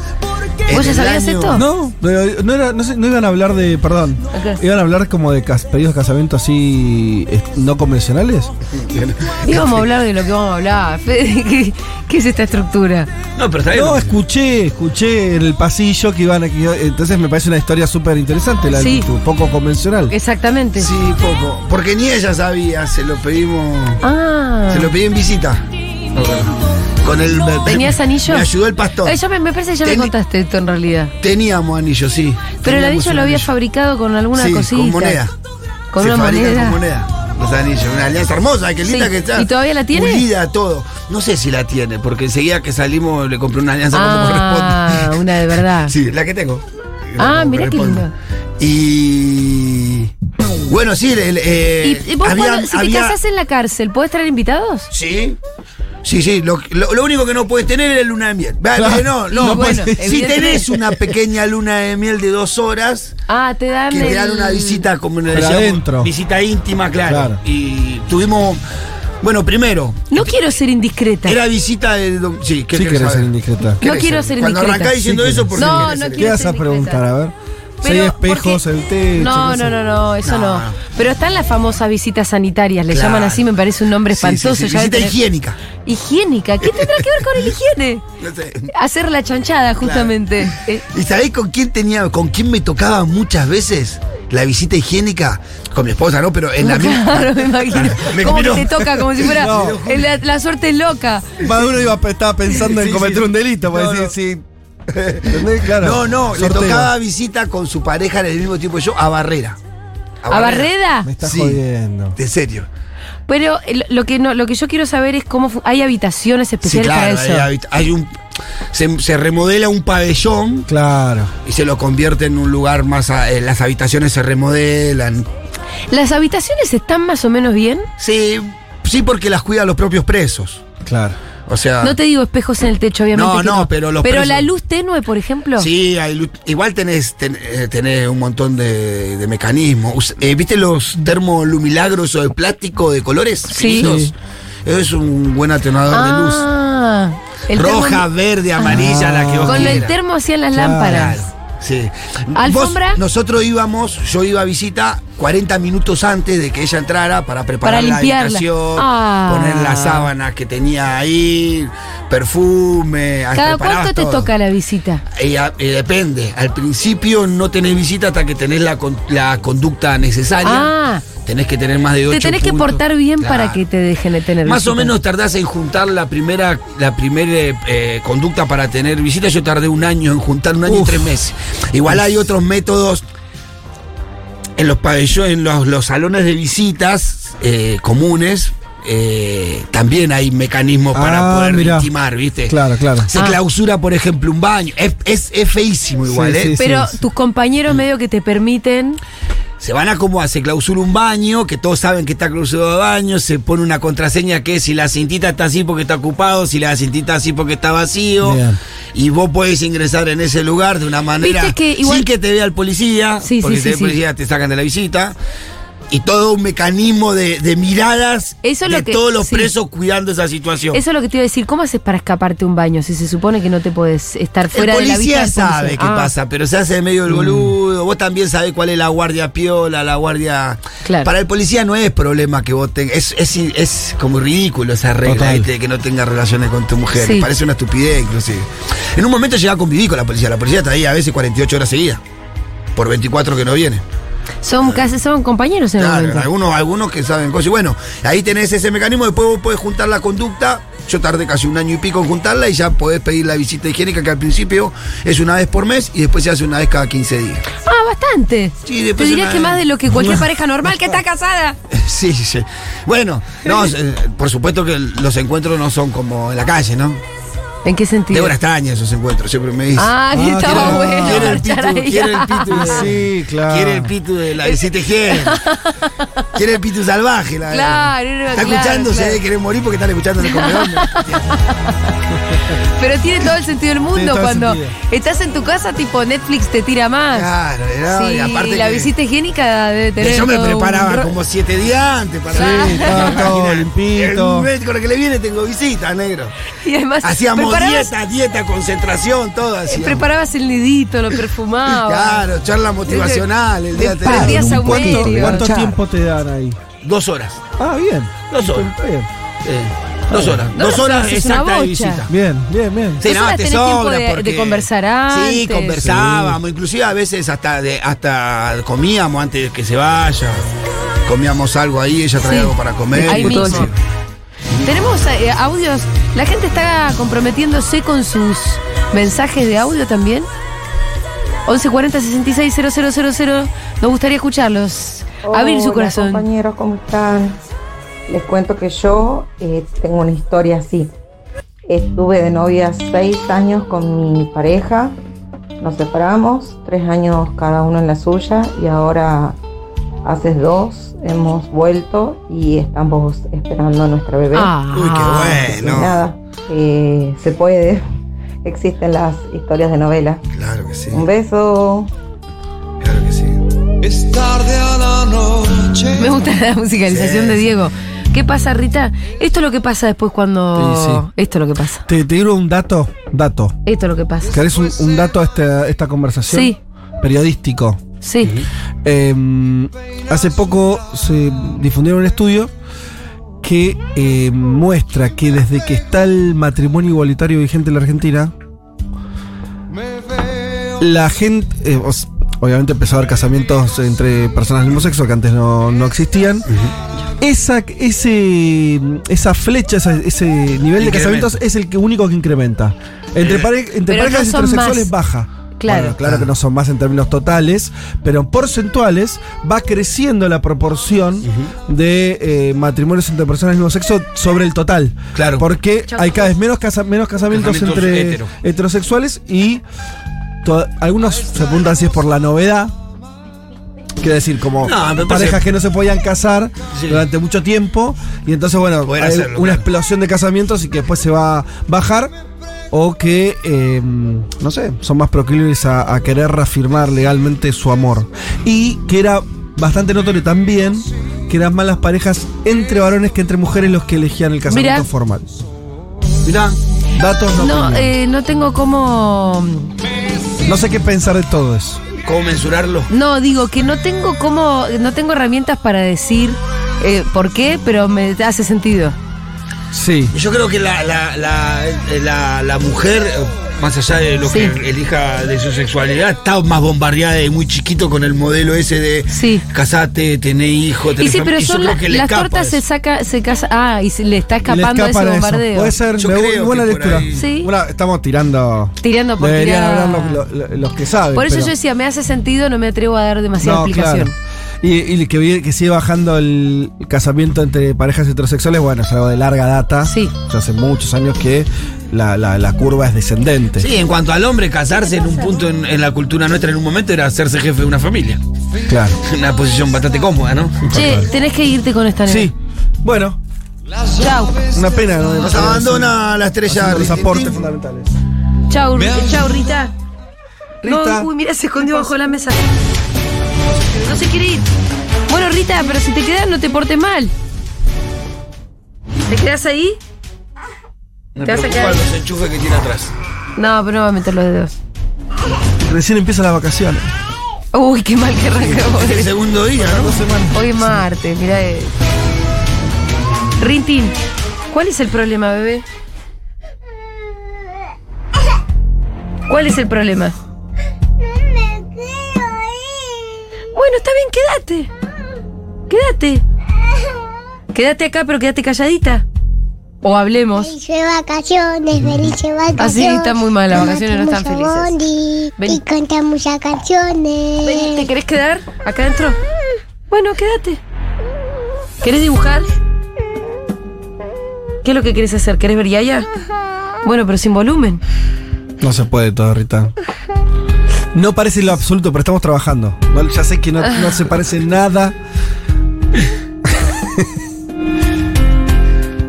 Speaker 3: En
Speaker 2: ya
Speaker 3: el
Speaker 2: sabías
Speaker 3: año-
Speaker 2: esto?
Speaker 5: No, pero no, era, no, sé, no iban a hablar de. Perdón.
Speaker 2: Ok.
Speaker 5: Iban a hablar como de cas- pedidos de casamiento así. eh, no convencionales.
Speaker 2: Y vamos a hablar de lo que vamos a hablar. Fede, ¿qué, qué es esta estructura?
Speaker 3: No, pero está bien.
Speaker 5: No, escuché, escuché en el pasillo que iban aquí. Entonces me parece una historia súper interesante, la
Speaker 2: Sí.
Speaker 5: de un poco convencional.
Speaker 2: Exactamente.
Speaker 3: Sí, poco. Porque ni ella sabía, se lo pedimos.
Speaker 2: Ah.
Speaker 3: Se lo pedí en visita. Con el.
Speaker 2: ¿Tenías anillo?
Speaker 3: Me ayudó el pastor.
Speaker 2: Eh, ya me, me parece que ya me
Speaker 3: Teni-
Speaker 2: contaste esto en realidad.
Speaker 3: Teníamos anillo, sí.
Speaker 2: Pero el
Speaker 3: Teníamos
Speaker 2: anillo
Speaker 3: un
Speaker 2: lo había
Speaker 3: anillo.
Speaker 2: fabricado con alguna
Speaker 3: sí,
Speaker 2: cosita.
Speaker 3: Con moneda.
Speaker 2: Con
Speaker 3: Se
Speaker 2: una
Speaker 3: fabrican
Speaker 2: moneda.
Speaker 3: Con moneda. Los anillos. Una alianza hermosa, qué linda
Speaker 2: Sí.
Speaker 3: que está.
Speaker 2: ¿Y todavía la tiene?
Speaker 3: Pulida, todo. No sé si la tiene, porque enseguida que salimos le compré una alianza como
Speaker 2: Ah,
Speaker 3: corresponde.
Speaker 2: una de verdad.
Speaker 3: Sí, la que tengo.
Speaker 2: Ah,
Speaker 3: Como
Speaker 2: mirá qué
Speaker 3: corresponde.
Speaker 2: lindo.
Speaker 3: Y. Bueno, sí, el- el, eh,
Speaker 2: ¿Y, y vos
Speaker 3: había-
Speaker 2: cuando- si te
Speaker 3: había-
Speaker 2: casás en la cárcel, ¿podés traer invitados?
Speaker 3: Sí. Sí, sí, lo, lo- lo único que no puedes tener es la luna de miel. Va,
Speaker 5: Claro.
Speaker 3: eh, No,
Speaker 2: Y
Speaker 3: no,
Speaker 2: bueno,
Speaker 3: pues, si
Speaker 2: evidentemente.
Speaker 3: tenés una pequeña luna de miel de dos horas,
Speaker 2: Ah, te dan.
Speaker 3: que te dan
Speaker 2: el-
Speaker 3: una visita, como le
Speaker 5: Para
Speaker 3: decíamos,
Speaker 5: adentro.
Speaker 3: visita íntima, claro.
Speaker 5: Claro.
Speaker 3: Y tuvimos, bueno, primero,
Speaker 2: No quiero ser indiscreta.
Speaker 3: era visita de... do- Sí, ¿qué
Speaker 5: sí
Speaker 3: querés
Speaker 5: querés
Speaker 3: saber?
Speaker 5: ser indiscreta.
Speaker 2: No
Speaker 3: ¿Querés
Speaker 2: quiero ser
Speaker 3: Cuando
Speaker 2: indiscreta.
Speaker 3: arrancás diciendo
Speaker 5: Sí,
Speaker 3: eso,
Speaker 5: quiero.
Speaker 3: ¿por qué
Speaker 2: No,
Speaker 3: querés
Speaker 2: no
Speaker 3: ser
Speaker 5: ¿Qué
Speaker 2: quiero
Speaker 5: vas a
Speaker 2: ser
Speaker 5: preguntar? A ver. Si hay
Speaker 2: Pero,
Speaker 5: espejos,
Speaker 2: porque-
Speaker 5: el techo.
Speaker 2: No,
Speaker 5: qué sé yo.
Speaker 2: no, no, no, eso no.
Speaker 3: No, no.
Speaker 2: Pero están las famosas visitas sanitarias, le
Speaker 3: Claro.
Speaker 2: llaman así, me parece un nombre
Speaker 3: Sí, sí,
Speaker 2: espantoso.
Speaker 3: sí,
Speaker 2: ya de
Speaker 3: visita
Speaker 2: tener-
Speaker 3: higiénica.
Speaker 2: Higiénica. ¿Qué tendrá que ver con el higiene?
Speaker 3: No sé.
Speaker 2: Hacer la chanchada, justamente. Eh,
Speaker 3: ¿Y sabés con quién tenía, con quién me tocaba muchas veces? la visita higiénica con mi esposa, ¿no? Pero en la misma.
Speaker 2: Claro, me imagino.
Speaker 3: Me
Speaker 2: como que
Speaker 3: miró.
Speaker 2: te toca, como si fuera
Speaker 5: No.
Speaker 2: el- la, la suerte es loca.
Speaker 5: Maduro iba, estaba pensando en
Speaker 3: Sí,
Speaker 5: cometer
Speaker 3: sí.
Speaker 5: un delito, para
Speaker 3: No,
Speaker 5: decir, sí.
Speaker 3: no.
Speaker 5: ¿Entendés? Claro.
Speaker 3: No, no, le
Speaker 5: sorteo.
Speaker 3: tocaba visita con su pareja en el mismo tiempo que yo a Barrera. Ah,
Speaker 2: ¿A Barreda?
Speaker 5: Me estás
Speaker 3: Sí.
Speaker 5: jodiendo.
Speaker 3: De serio.
Speaker 2: Pero eh, lo- lo que no, lo que yo quiero saber es cómo fu- hay habitaciones
Speaker 3: Sí,
Speaker 2: especiales
Speaker 3: claro. Hay,
Speaker 2: para eso.
Speaker 3: habit- hay un, se, se remodela un pabellón
Speaker 5: Claro.
Speaker 3: y se lo convierte en un lugar más. a- eh, las habitaciones se remodelan.
Speaker 2: ¿Las habitaciones están más o menos bien?
Speaker 3: Sí, sí, porque las cuidan los propios presos.
Speaker 5: Claro.
Speaker 3: O sea.
Speaker 2: No te digo espejos en el techo, obviamente. que
Speaker 3: Ah. No, no, pero los presos-
Speaker 2: la luz tenue, por ejemplo.
Speaker 3: Sí, hay lu- igual tenés, ten- eh, tenés un montón de, de mecanismos. Us- eh, ¿Viste los termolumilagros o de plástico de colores?
Speaker 2: Sí.
Speaker 3: finitos? Eso es un buen atenuador
Speaker 2: Ah,
Speaker 3: de
Speaker 2: el
Speaker 3: luz.
Speaker 2: termo-
Speaker 3: Roja, verde, amarilla, la que vos
Speaker 2: Con el
Speaker 3: quieras.
Speaker 2: termo hacían las
Speaker 5: Claro.
Speaker 2: lámparas.
Speaker 3: Sí.
Speaker 2: ¿Alfombra?
Speaker 3: Vos- nosotros íbamos, yo iba a visita 40 minutos antes de que ella entrara para preparar
Speaker 2: Para
Speaker 3: la
Speaker 2: limpiarla.
Speaker 3: habitación,
Speaker 2: Ah.
Speaker 3: poner las sábanas que tenía ahí, perfume. ah,
Speaker 2: ¿Cada
Speaker 3: preparabas
Speaker 2: cuánto te
Speaker 3: todo.
Speaker 2: toca la visita?
Speaker 3: Eh, a- eh, depende. Al principio no tenés visita hasta que tenés la, con- la conducta necesaria.
Speaker 2: Ah.
Speaker 3: Tenés que tener más de ocho
Speaker 2: Te tenés que
Speaker 3: puntos.
Speaker 2: portar bien para
Speaker 3: Claro.
Speaker 2: que te dejen de tener
Speaker 3: Más o
Speaker 2: visita.
Speaker 3: menos tardás en juntar la primera la primera conducta para tener visita. Yo tardé un año en juntar, un año y
Speaker 5: Uf.
Speaker 3: tres meses. Igual hay otros métodos en los pabellones, en los, los salones de visitas eh, comunes. eh, también hay mecanismos para
Speaker 5: Ah,
Speaker 3: poder
Speaker 5: mirá.
Speaker 3: intimar, ¿viste?
Speaker 5: Claro, claro.
Speaker 3: Se
Speaker 2: Ah.
Speaker 3: clausura, por ejemplo, un baño. Es, es, es feísimo igual,
Speaker 5: Sí,
Speaker 3: ¿eh?
Speaker 5: sí, sí.
Speaker 2: Pero tus
Speaker 3: Mm.
Speaker 2: compañeros medio que te permiten.
Speaker 3: Se van a como se clausura un baño, que todos saben que está clausurado el baño, se pone una contraseña que es si la cintita está así porque está ocupado, si la cintita así porque está vacío.
Speaker 5: Bien.
Speaker 3: Y vos podés ingresar en ese lugar de una manera
Speaker 2: Viste que igual-
Speaker 3: sin que te vea el policía,
Speaker 2: Sí, sí,
Speaker 3: porque si
Speaker 2: sí,
Speaker 3: te ve el
Speaker 2: sí.
Speaker 3: policía te sacan de la visita. Y todo un mecanismo de, de miradas
Speaker 2: Eso es
Speaker 3: de
Speaker 2: lo que-
Speaker 3: todos los
Speaker 2: sí.
Speaker 3: presos cuidando esa situación.
Speaker 2: Eso es lo que te iba a decir. ¿Cómo haces para escaparte un baño si se supone que no te puedes estar fuera
Speaker 3: el
Speaker 2: de la
Speaker 3: policía
Speaker 2: vista? del
Speaker 3: sabe qué
Speaker 2: policía? Ah,
Speaker 3: pasa, pero se hace de medio el boludo. Vos también sabés cuál es la guardia piola, la guardia.
Speaker 2: Claro.
Speaker 3: Para el policía no es problema que vos tengas. Es, es, es como ridículo esa regla
Speaker 5: Total.
Speaker 3: ¿viste? de que no tengas relaciones con tu mujer.
Speaker 2: Sí.
Speaker 3: Parece una estupidez, inclusive. En un momento llega a convivir con la policía. La policía está ahí a veces 48 horas seguidas. Por 24 que no viene.
Speaker 2: Son casi son compañeros en el
Speaker 3: Claro,
Speaker 2: momento.
Speaker 3: algunos, algunos que saben cosas. Y bueno, ahí tenés ese mecanismo. Después vos podés juntar la conducta. Yo tardé casi un año y pico en juntarla y ya podés pedir la visita higiénica, que al principio es una vez por mes y después se hace una vez cada 15 días.
Speaker 2: Ah, bastante.
Speaker 3: Sí,
Speaker 2: te
Speaker 3: después
Speaker 2: diría
Speaker 3: una-
Speaker 2: que más de lo que cualquier pareja normal que está casada.
Speaker 3: Sí, sí. Bueno, no, eh, por supuesto que los encuentros no son como en la calle, ¿no?
Speaker 2: ¿En qué sentido?
Speaker 3: Débora extraña esos encuentros, siempre me dice.
Speaker 2: Ah, que
Speaker 5: Ah,
Speaker 2: estaba
Speaker 5: claro.
Speaker 2: bueno.
Speaker 3: quiere el
Speaker 2: marchar
Speaker 3: pitu,
Speaker 2: ahí.
Speaker 3: quiere el pitu. de-
Speaker 5: Sí, claro.
Speaker 3: Quiere el pitu de la visita higiénica. Quiere el pitu salvaje. La,
Speaker 2: Claro, era-
Speaker 3: Está
Speaker 2: claro,
Speaker 3: escuchando, se
Speaker 2: claro.
Speaker 3: debe querer morir porque están escuchando en el comedor.
Speaker 2: Pero tiene todo el sentido del mundo
Speaker 5: todo el
Speaker 2: cuando
Speaker 5: sentido.
Speaker 2: estás en tu casa, tipo Netflix te tira más.
Speaker 3: Claro, ¿no?
Speaker 2: Sí,
Speaker 3: y aparte
Speaker 2: la
Speaker 3: que-
Speaker 2: visita higiénica debe
Speaker 3: que
Speaker 2: tener.
Speaker 3: yo me
Speaker 2: todo un
Speaker 3: preparaba
Speaker 2: ro-
Speaker 3: como siete días antes para
Speaker 2: Sí,
Speaker 5: estaba todo
Speaker 3: Imaginá,
Speaker 5: limpito.
Speaker 3: el mes con el que le viene tengo visita, negro.
Speaker 2: Y además,
Speaker 3: Hacíamos
Speaker 2: preparabas,
Speaker 3: dieta, dieta, concentración, todo
Speaker 2: eh,
Speaker 3: hacíamos.
Speaker 2: preparabas el nidito, lo perfumabas.
Speaker 3: Claro, charla motivacional, el día
Speaker 2: Te
Speaker 3: de teatro.
Speaker 2: prendías a
Speaker 5: ¿Cuánto-
Speaker 2: Saumerio.
Speaker 5: ¿Cuánto
Speaker 3: Char.
Speaker 5: tiempo te dan ahí?
Speaker 3: Dos horas.
Speaker 5: Ah, bien.
Speaker 3: Dos horas.
Speaker 5: Está Bien,
Speaker 3: sí, Dos horas. Dos horas
Speaker 2: es una
Speaker 3: exactas de
Speaker 2: bocha.
Speaker 3: visita.
Speaker 5: bien, bien. bien.
Speaker 3: Sí,
Speaker 2: Dos horas tenés tiempo de- de conversar
Speaker 3: Sí,
Speaker 2: antes.
Speaker 3: conversábamos, inclusive a veces hasta de, hasta comíamos antes de que se vaya. Comíamos algo ahí, ella
Speaker 2: Sí.
Speaker 3: traía algo para comer.
Speaker 2: Ahí
Speaker 3: y todo
Speaker 2: mismo.
Speaker 3: eso.
Speaker 2: Tenemos eh, audios. La gente está comprometiéndose con sus mensajes de audio también. 1140 66 000. Nos gustaría escucharlos. Abrir su
Speaker 6: Hola,
Speaker 2: corazón.
Speaker 6: Compañeros, ¿cómo están? Les cuento que yo eh, tengo una historia así. Estuve de novia seis años con mi pareja. Nos separamos, tres años cada uno en la suya y ahora hace dos hemos vuelto y estamos esperando a nuestra bebé.
Speaker 2: Ah.
Speaker 3: Uy, qué
Speaker 6: Y
Speaker 3: bueno.
Speaker 6: Nada, eh, se puede. Existen las historias de novela.
Speaker 3: Claro que sí.
Speaker 6: Un beso.
Speaker 3: Claro que sí.
Speaker 2: Me gusta la musicalización
Speaker 3: Sí.
Speaker 2: de Diego. ¿Qué pasa, Rita? Esto es lo que pasa después cuando. Esto es lo que pasa.
Speaker 5: Te, te digo un dato, dato.
Speaker 2: Esto es lo que pasa.
Speaker 5: ¿Querés un, un dato a esta, esta conversación?
Speaker 2: Sí.
Speaker 5: Periodístico.
Speaker 2: Sí.
Speaker 5: Eh, hace poco se difundieron un estudio que eh, muestra que desde que está el matrimonio igualitario vigente en la Argentina, la gente, eh, o s- Obviamente empezó a haber casamientos entre personas del mismo sexo que antes no, no existían. Esa, ese, esa flecha, esa- ese nivel de
Speaker 3: Incremento.
Speaker 5: casamientos es el que único que incrementa. Entre, pare- entre
Speaker 2: Pero
Speaker 5: parejas
Speaker 2: no son
Speaker 5: heterosexuales
Speaker 2: más.
Speaker 5: baja.
Speaker 2: Claro.
Speaker 5: Bueno, claro que no son más en términos totales, pero porcentuales va creciendo la proporción de eh, matrimonios entre personas del mismo sexo sobre el total.
Speaker 3: Claro.
Speaker 5: Porque
Speaker 2: Yo-
Speaker 5: hay cada vez menos, casa- menos casamientos,
Speaker 3: Casamientos
Speaker 5: entre
Speaker 3: hetero.
Speaker 5: heterosexuales y toda- algunos se apuntan si es por la novedad. Quiero decir, como
Speaker 3: No, me parece-
Speaker 5: parejas que no se podían casar
Speaker 3: Sí.
Speaker 5: durante mucho tiempo y entonces, bueno,
Speaker 3: Poder
Speaker 5: hay
Speaker 3: hacerlo,
Speaker 5: una
Speaker 3: claro.
Speaker 5: explosión de casamientos y que después se va a bajar o que, eh, no sé, son más proclives a, a querer reafirmar legalmente su amor. Y que era bastante notorio también que eran más las parejas entre varones que entre mujeres los que elegían el casamiento
Speaker 2: Mirá.
Speaker 5: formal.
Speaker 3: Mirá,
Speaker 5: Datos no.
Speaker 2: No,
Speaker 5: opinión.
Speaker 2: eh, no tengo cómo.
Speaker 5: no sé qué pensar de todo eso.
Speaker 3: ¿cómo mensurarlo?
Speaker 2: No, digo que no tengo cómo. No tengo herramientas para decir eh, por qué, pero me hace sentido.
Speaker 5: Sí.
Speaker 3: Yo creo que la, la, la, eh, la- la mujer, más allá de lo
Speaker 2: Sí.
Speaker 3: que elija de su sexualidad, está más bombardeada de muy chiquito con el modelo ese de
Speaker 2: Sí.
Speaker 3: casate, tené hijo,
Speaker 2: Y
Speaker 3: tenés
Speaker 2: sí,
Speaker 3: fam-
Speaker 2: pero
Speaker 3: y yo
Speaker 2: son
Speaker 3: creo
Speaker 2: la-
Speaker 3: que le
Speaker 2: las
Speaker 3: escapa
Speaker 2: tortas
Speaker 3: eso.
Speaker 2: se saca, se casa. Ah, y se- le está
Speaker 5: Le
Speaker 2: escapando ese
Speaker 5: escapan a eso.
Speaker 2: bombardeo.
Speaker 5: Puede ser
Speaker 3: Yo
Speaker 5: me-
Speaker 3: creo
Speaker 5: buena
Speaker 3: que por
Speaker 5: lectura.
Speaker 3: ahí-
Speaker 2: Sí.
Speaker 5: Una- estamos tirando.
Speaker 2: Tirando por
Speaker 5: Deberían
Speaker 2: tirada.
Speaker 5: hablar los, los- los que saben.
Speaker 2: Por eso
Speaker 5: pero-
Speaker 2: yo decía, me hace sentido, no me atrevo a dar demasiada
Speaker 5: No,
Speaker 2: explicación.
Speaker 5: claro. Y, y que, vi- que sigue bajando el casamiento entre parejas heterosexuales, bueno, es algo de larga data.
Speaker 2: Sí.
Speaker 5: Ya hace muchos años que la, la- la curva es descendente.
Speaker 3: Sí, en cuanto al hombre, casarse en un punto en, en la cultura nuestra en un momento era hacerse jefe de una familia.
Speaker 5: Claro.
Speaker 3: Una posición bastante cómoda, ¿no?
Speaker 2: Che, tenés que irte con esta nena.
Speaker 5: Sí. Bueno,
Speaker 2: Chau.
Speaker 5: una pena. ¿no?
Speaker 3: Nos abandona la estrella.
Speaker 5: Haciendo los
Speaker 3: Rin, Tin,
Speaker 5: aportes
Speaker 3: Tin.
Speaker 5: fundamentales.
Speaker 2: Chau, Ri- chau, Rita.
Speaker 5: Rita.
Speaker 2: No, uy, mirá, se escondió bajo la mesa. No se quiere ir. Bueno, Rita, pero si te quedas, no te portes mal. ¿Te quedas ahí?
Speaker 3: Me
Speaker 2: Te vas a
Speaker 3: preocupan
Speaker 2: quedar-
Speaker 3: los enchufes que tiene atrás.
Speaker 2: No, pero no va a meter los dedos.
Speaker 5: Recién empiezan las vacaciones.
Speaker 2: Uy, qué mal que arrancamos.
Speaker 3: Es el segundo día, ¿no?
Speaker 2: Hoy es martes, mirá. eh. Rintín, ¿cuál es el problema, bebé? ¿Cuál es el problema?
Speaker 4: me quiero
Speaker 2: Bueno, está bien, quédate. Quédate.
Speaker 4: eh.
Speaker 2: Quédate acá, pero quédate calladita. O hablemos.
Speaker 4: Felices vacaciones, felices vacaciones.
Speaker 2: Así está muy mal, las vacaciones no están
Speaker 4: Tomate mucho
Speaker 2: felices.
Speaker 4: bondi
Speaker 2: Ven.
Speaker 4: Y canta muchas canciones.
Speaker 2: Vení, ¿te querés quedar acá adentro? Bueno, quédate. ¿Querés dibujar? ¿Qué es lo que querés hacer? ¿Querés ver Yaya? Bueno, pero sin volumen.
Speaker 5: No se puede todo, Rita. No parece lo absoluto, pero estamos trabajando. Igual ya sé que no, no se parece nada.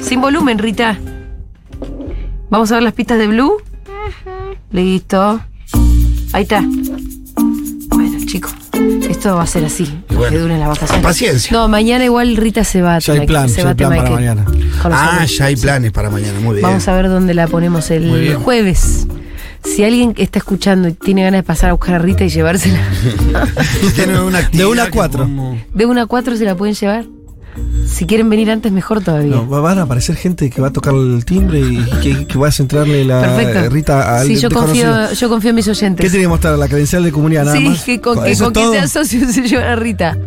Speaker 2: Sin volumen, Rita. Vamos a ver las pistas de Blue. Listo. Ahí está. Bueno, chicos, esto va a ser así.
Speaker 3: Y bueno,
Speaker 2: que duren las vacaciones.
Speaker 3: paciencia.
Speaker 2: No, mañana igual Rita se va. a
Speaker 5: Ya hay
Speaker 2: Temec-
Speaker 5: plan,
Speaker 2: se
Speaker 5: ya
Speaker 2: va
Speaker 5: hay
Speaker 2: a
Speaker 5: plan para
Speaker 2: Temaique.
Speaker 5: mañana.
Speaker 2: Con los
Speaker 3: Ah,
Speaker 2: amigos.
Speaker 3: ya hay planes para mañana, muy bien.
Speaker 2: Vamos a ver dónde la ponemos
Speaker 3: Muy
Speaker 2: el
Speaker 3: bien.
Speaker 2: jueves. Si alguien está escuchando y tiene ganas de pasar a buscar a Rita y llevársela,
Speaker 3: Tienen una actividad
Speaker 5: una a
Speaker 3: que
Speaker 5: cuatro.
Speaker 3: podemos-
Speaker 2: de una a cuatro se la pueden llevar. Si quieren venir antes, mejor todavía.
Speaker 5: No, va- van a aparecer gente que va a tocar el timbre y que, que vas a entregarle la eh,
Speaker 2: Perfecto.
Speaker 5: Ah, Rita a
Speaker 2: sí,
Speaker 5: alguien
Speaker 2: yo
Speaker 5: desconocido.
Speaker 2: confío, yo confío en mis oyentes.
Speaker 5: ¿Qué tiene que mostrar? La credencial de comunidad, nada
Speaker 2: sí,
Speaker 5: más.
Speaker 2: que con, que,
Speaker 5: ¿Eso
Speaker 2: con
Speaker 5: es
Speaker 2: que
Speaker 5: todo?
Speaker 2: sea socio se lleva a Rita.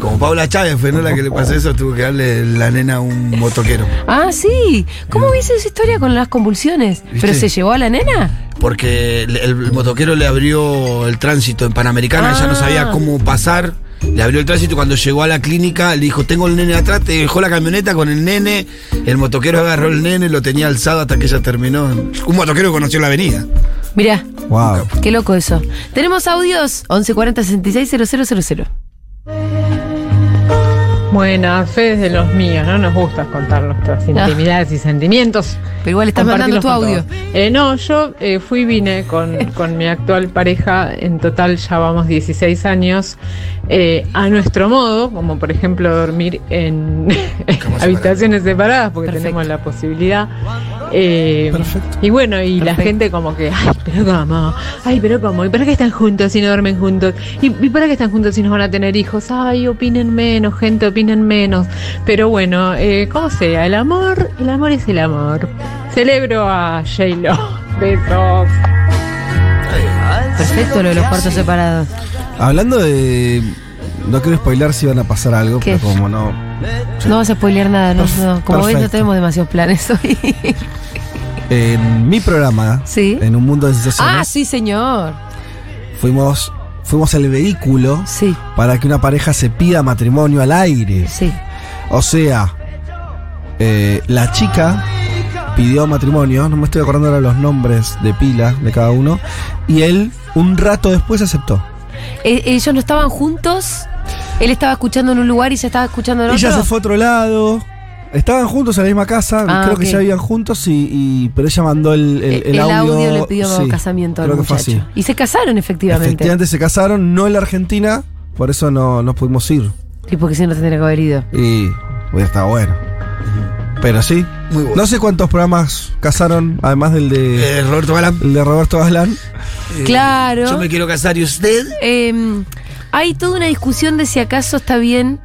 Speaker 3: Como Paula Chávez fue, ¿no? La que le pasó eso, tuvo que darle la nena a un motoquero.
Speaker 2: Ah, sí. ¿Cómo hubiese esa historia con las convulsiones?
Speaker 3: ¿Viste?
Speaker 2: ¿Pero se llevó a la nena?
Speaker 3: Porque el, el motoquero le abrió el tránsito en Panamericana, ella no sabía
Speaker 2: Ah.
Speaker 3: cómo pasar. Le abrió el tránsito y cuando llegó a la clínica le dijo, tengo el nene atrás, te dejó la camioneta con el nene, el motoquero agarró el nene, lo tenía alzado hasta que ella terminó. Un motoquero que conoció la avenida.
Speaker 2: Mirá,
Speaker 5: Wow.
Speaker 2: qué loco eso. Tenemos audios 1140 66 000.
Speaker 7: Buenas, fe de los míos, ¿no? Nos gusta contar nuestras intimidades y sentimientos.
Speaker 2: Pero igual Ah. estás mandando
Speaker 7: compartirlos
Speaker 2: tu
Speaker 7: con
Speaker 2: audio.
Speaker 7: todos. Eh, no, yo eh, fui y vine con, con mi actual pareja, en total ya vamos 16 años, eh, a nuestro modo, como por ejemplo dormir en
Speaker 3: Camas
Speaker 7: habitaciones separadas, porque
Speaker 2: Perfecto.
Speaker 7: tenemos la posibilidad. Eh,
Speaker 5: Perfecto.
Speaker 7: Y bueno, y la
Speaker 2: Perfecto.
Speaker 7: gente como que, ay, pero cómo, ay, pero cómo, ¿y para qué están juntos si no duermen juntos? ¿Y, y para qué están juntos si no van a tener hijos? Ay, opinen menos, gente, opinen menos. Pero bueno, eh, como sea, el amor, el amor es el amor. Celebro a J-Lo. Besos.
Speaker 3: Ay,
Speaker 2: perfecto lo de los cuartos separados.
Speaker 5: Hablando de. No quiero spoiler si van a pasar algo,
Speaker 2: ¿Qué?
Speaker 5: pero como no.
Speaker 2: No vas a spoilear nada, no,
Speaker 5: Perf-
Speaker 2: no. Como ves, no
Speaker 5: perfecto.
Speaker 2: tenemos demasiados planes hoy.
Speaker 5: En mi programa,
Speaker 2: Sí.
Speaker 5: en un mundo de sensaciones,
Speaker 2: ah, sí, señor.
Speaker 5: fuimos, fuimos el vehículo
Speaker 2: Sí,
Speaker 5: para que una pareja se pida matrimonio al aire.
Speaker 2: sí.
Speaker 5: O sea, eh, la chica pidió matrimonio, no me estoy acordando ahora los nombres de pila de cada uno, y él un rato después aceptó.
Speaker 2: Eh, ellos no estaban juntos. Él estaba escuchando en un lugar y se estaba escuchando en otro.
Speaker 5: Ella se fue a otro lado. Estaban juntos en la misma casa,
Speaker 2: Ah,
Speaker 5: creo
Speaker 2: ok.
Speaker 5: que ya vivían juntos, y, y- pero ella mandó el, el- el
Speaker 2: El
Speaker 5: audio.
Speaker 2: le pidió
Speaker 5: sí,
Speaker 2: casamiento al
Speaker 5: creo que fue
Speaker 2: muchacho.
Speaker 5: así.
Speaker 2: Y se casaron efectivamente.
Speaker 5: Efectivamente se casaron, no en la Argentina, por eso no, no pudimos ir.
Speaker 2: Sí, porque si no tendría que haber ido.
Speaker 5: Y hubiera estado bueno. Pero sí.
Speaker 3: Muy bueno.
Speaker 5: No sé cuántos programas casaron, además del de,
Speaker 3: Eh, Roberto Balán.
Speaker 5: el de Roberto Galán.
Speaker 3: eh,
Speaker 2: Claro.
Speaker 3: Yo me quiero casar y usted.
Speaker 2: Eh, hay toda una discusión de si acaso está bien.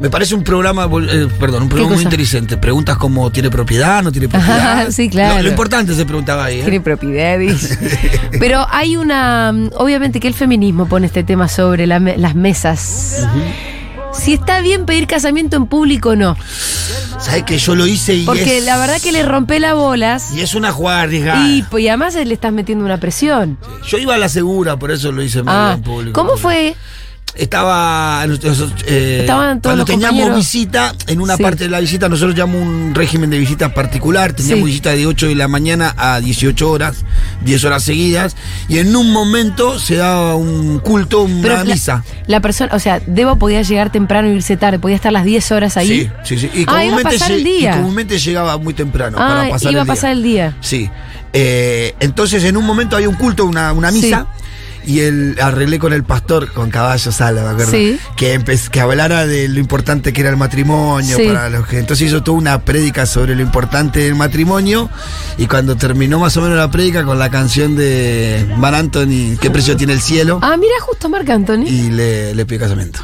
Speaker 3: Me parece un programa, vol- eh, perdón, un programa muy
Speaker 2: cosa?
Speaker 3: inteligente. Preguntas como ¿tiene propiedad? ¿No tiene propiedad?
Speaker 2: Ajá, sí,
Speaker 3: Lo-
Speaker 2: claro.
Speaker 3: Lo, importante se preguntaba ahí. ¿eh?
Speaker 2: Tiene propiedades. Pero hay una. Obviamente que el feminismo pone este tema sobre la me- las mesas. Si está bien pedir casamiento en público o no.
Speaker 3: Sabes que yo lo hice y
Speaker 2: Porque
Speaker 3: es,
Speaker 2: la verdad que le rompe las bolas.
Speaker 3: y es una jugada arriesgada.
Speaker 2: Y, y además le estás metiendo una presión.
Speaker 3: Yo iba a la segura, por eso lo hice medio
Speaker 2: Ah,
Speaker 3: en público.
Speaker 2: ¿Cómo fue?
Speaker 3: Estaba. nosotros, eh,
Speaker 2: Estaban todos
Speaker 3: cuando
Speaker 2: los
Speaker 3: teníamos
Speaker 2: compañeros.
Speaker 3: visita, en una
Speaker 2: Sí.
Speaker 3: parte de la visita, nosotros llamamos un régimen de visita particular. Teníamos
Speaker 2: Sí.
Speaker 3: visita de 8 de la mañana a 18 horas, 10 horas seguidas. Y en un momento se daba un culto, una
Speaker 2: la,
Speaker 3: misa.
Speaker 2: la persona, o sea, Debo podía llegar temprano e irse tarde, podía estar las 10 horas ahí.
Speaker 3: Sí, sí, sí. Y
Speaker 2: ah, iba a
Speaker 3: comúnmente
Speaker 2: pasar el
Speaker 3: lle- y
Speaker 2: día.
Speaker 3: comúnmente llegaba muy temprano
Speaker 2: ah,
Speaker 3: para pasar
Speaker 2: iba
Speaker 3: el
Speaker 2: a pasar
Speaker 3: día.
Speaker 2: el día.
Speaker 3: Sí. Eh, entonces, en un momento había un culto, una, una misa. Y el, arreglé con el pastor, con Caballo Sala, me acuerdo,
Speaker 2: Sí.
Speaker 3: que, empe- que hablara de lo importante que era el matrimonio.
Speaker 2: Sí.
Speaker 3: Para los que, entonces hizo toda una prédica sobre lo importante del matrimonio. Y cuando terminó más o menos la prédica con la canción de Mar Anthony, ¿Qué precio tiene el cielo?
Speaker 2: Ah, mira, justo Marc Anthony.
Speaker 3: Y le, le pidió casamiento.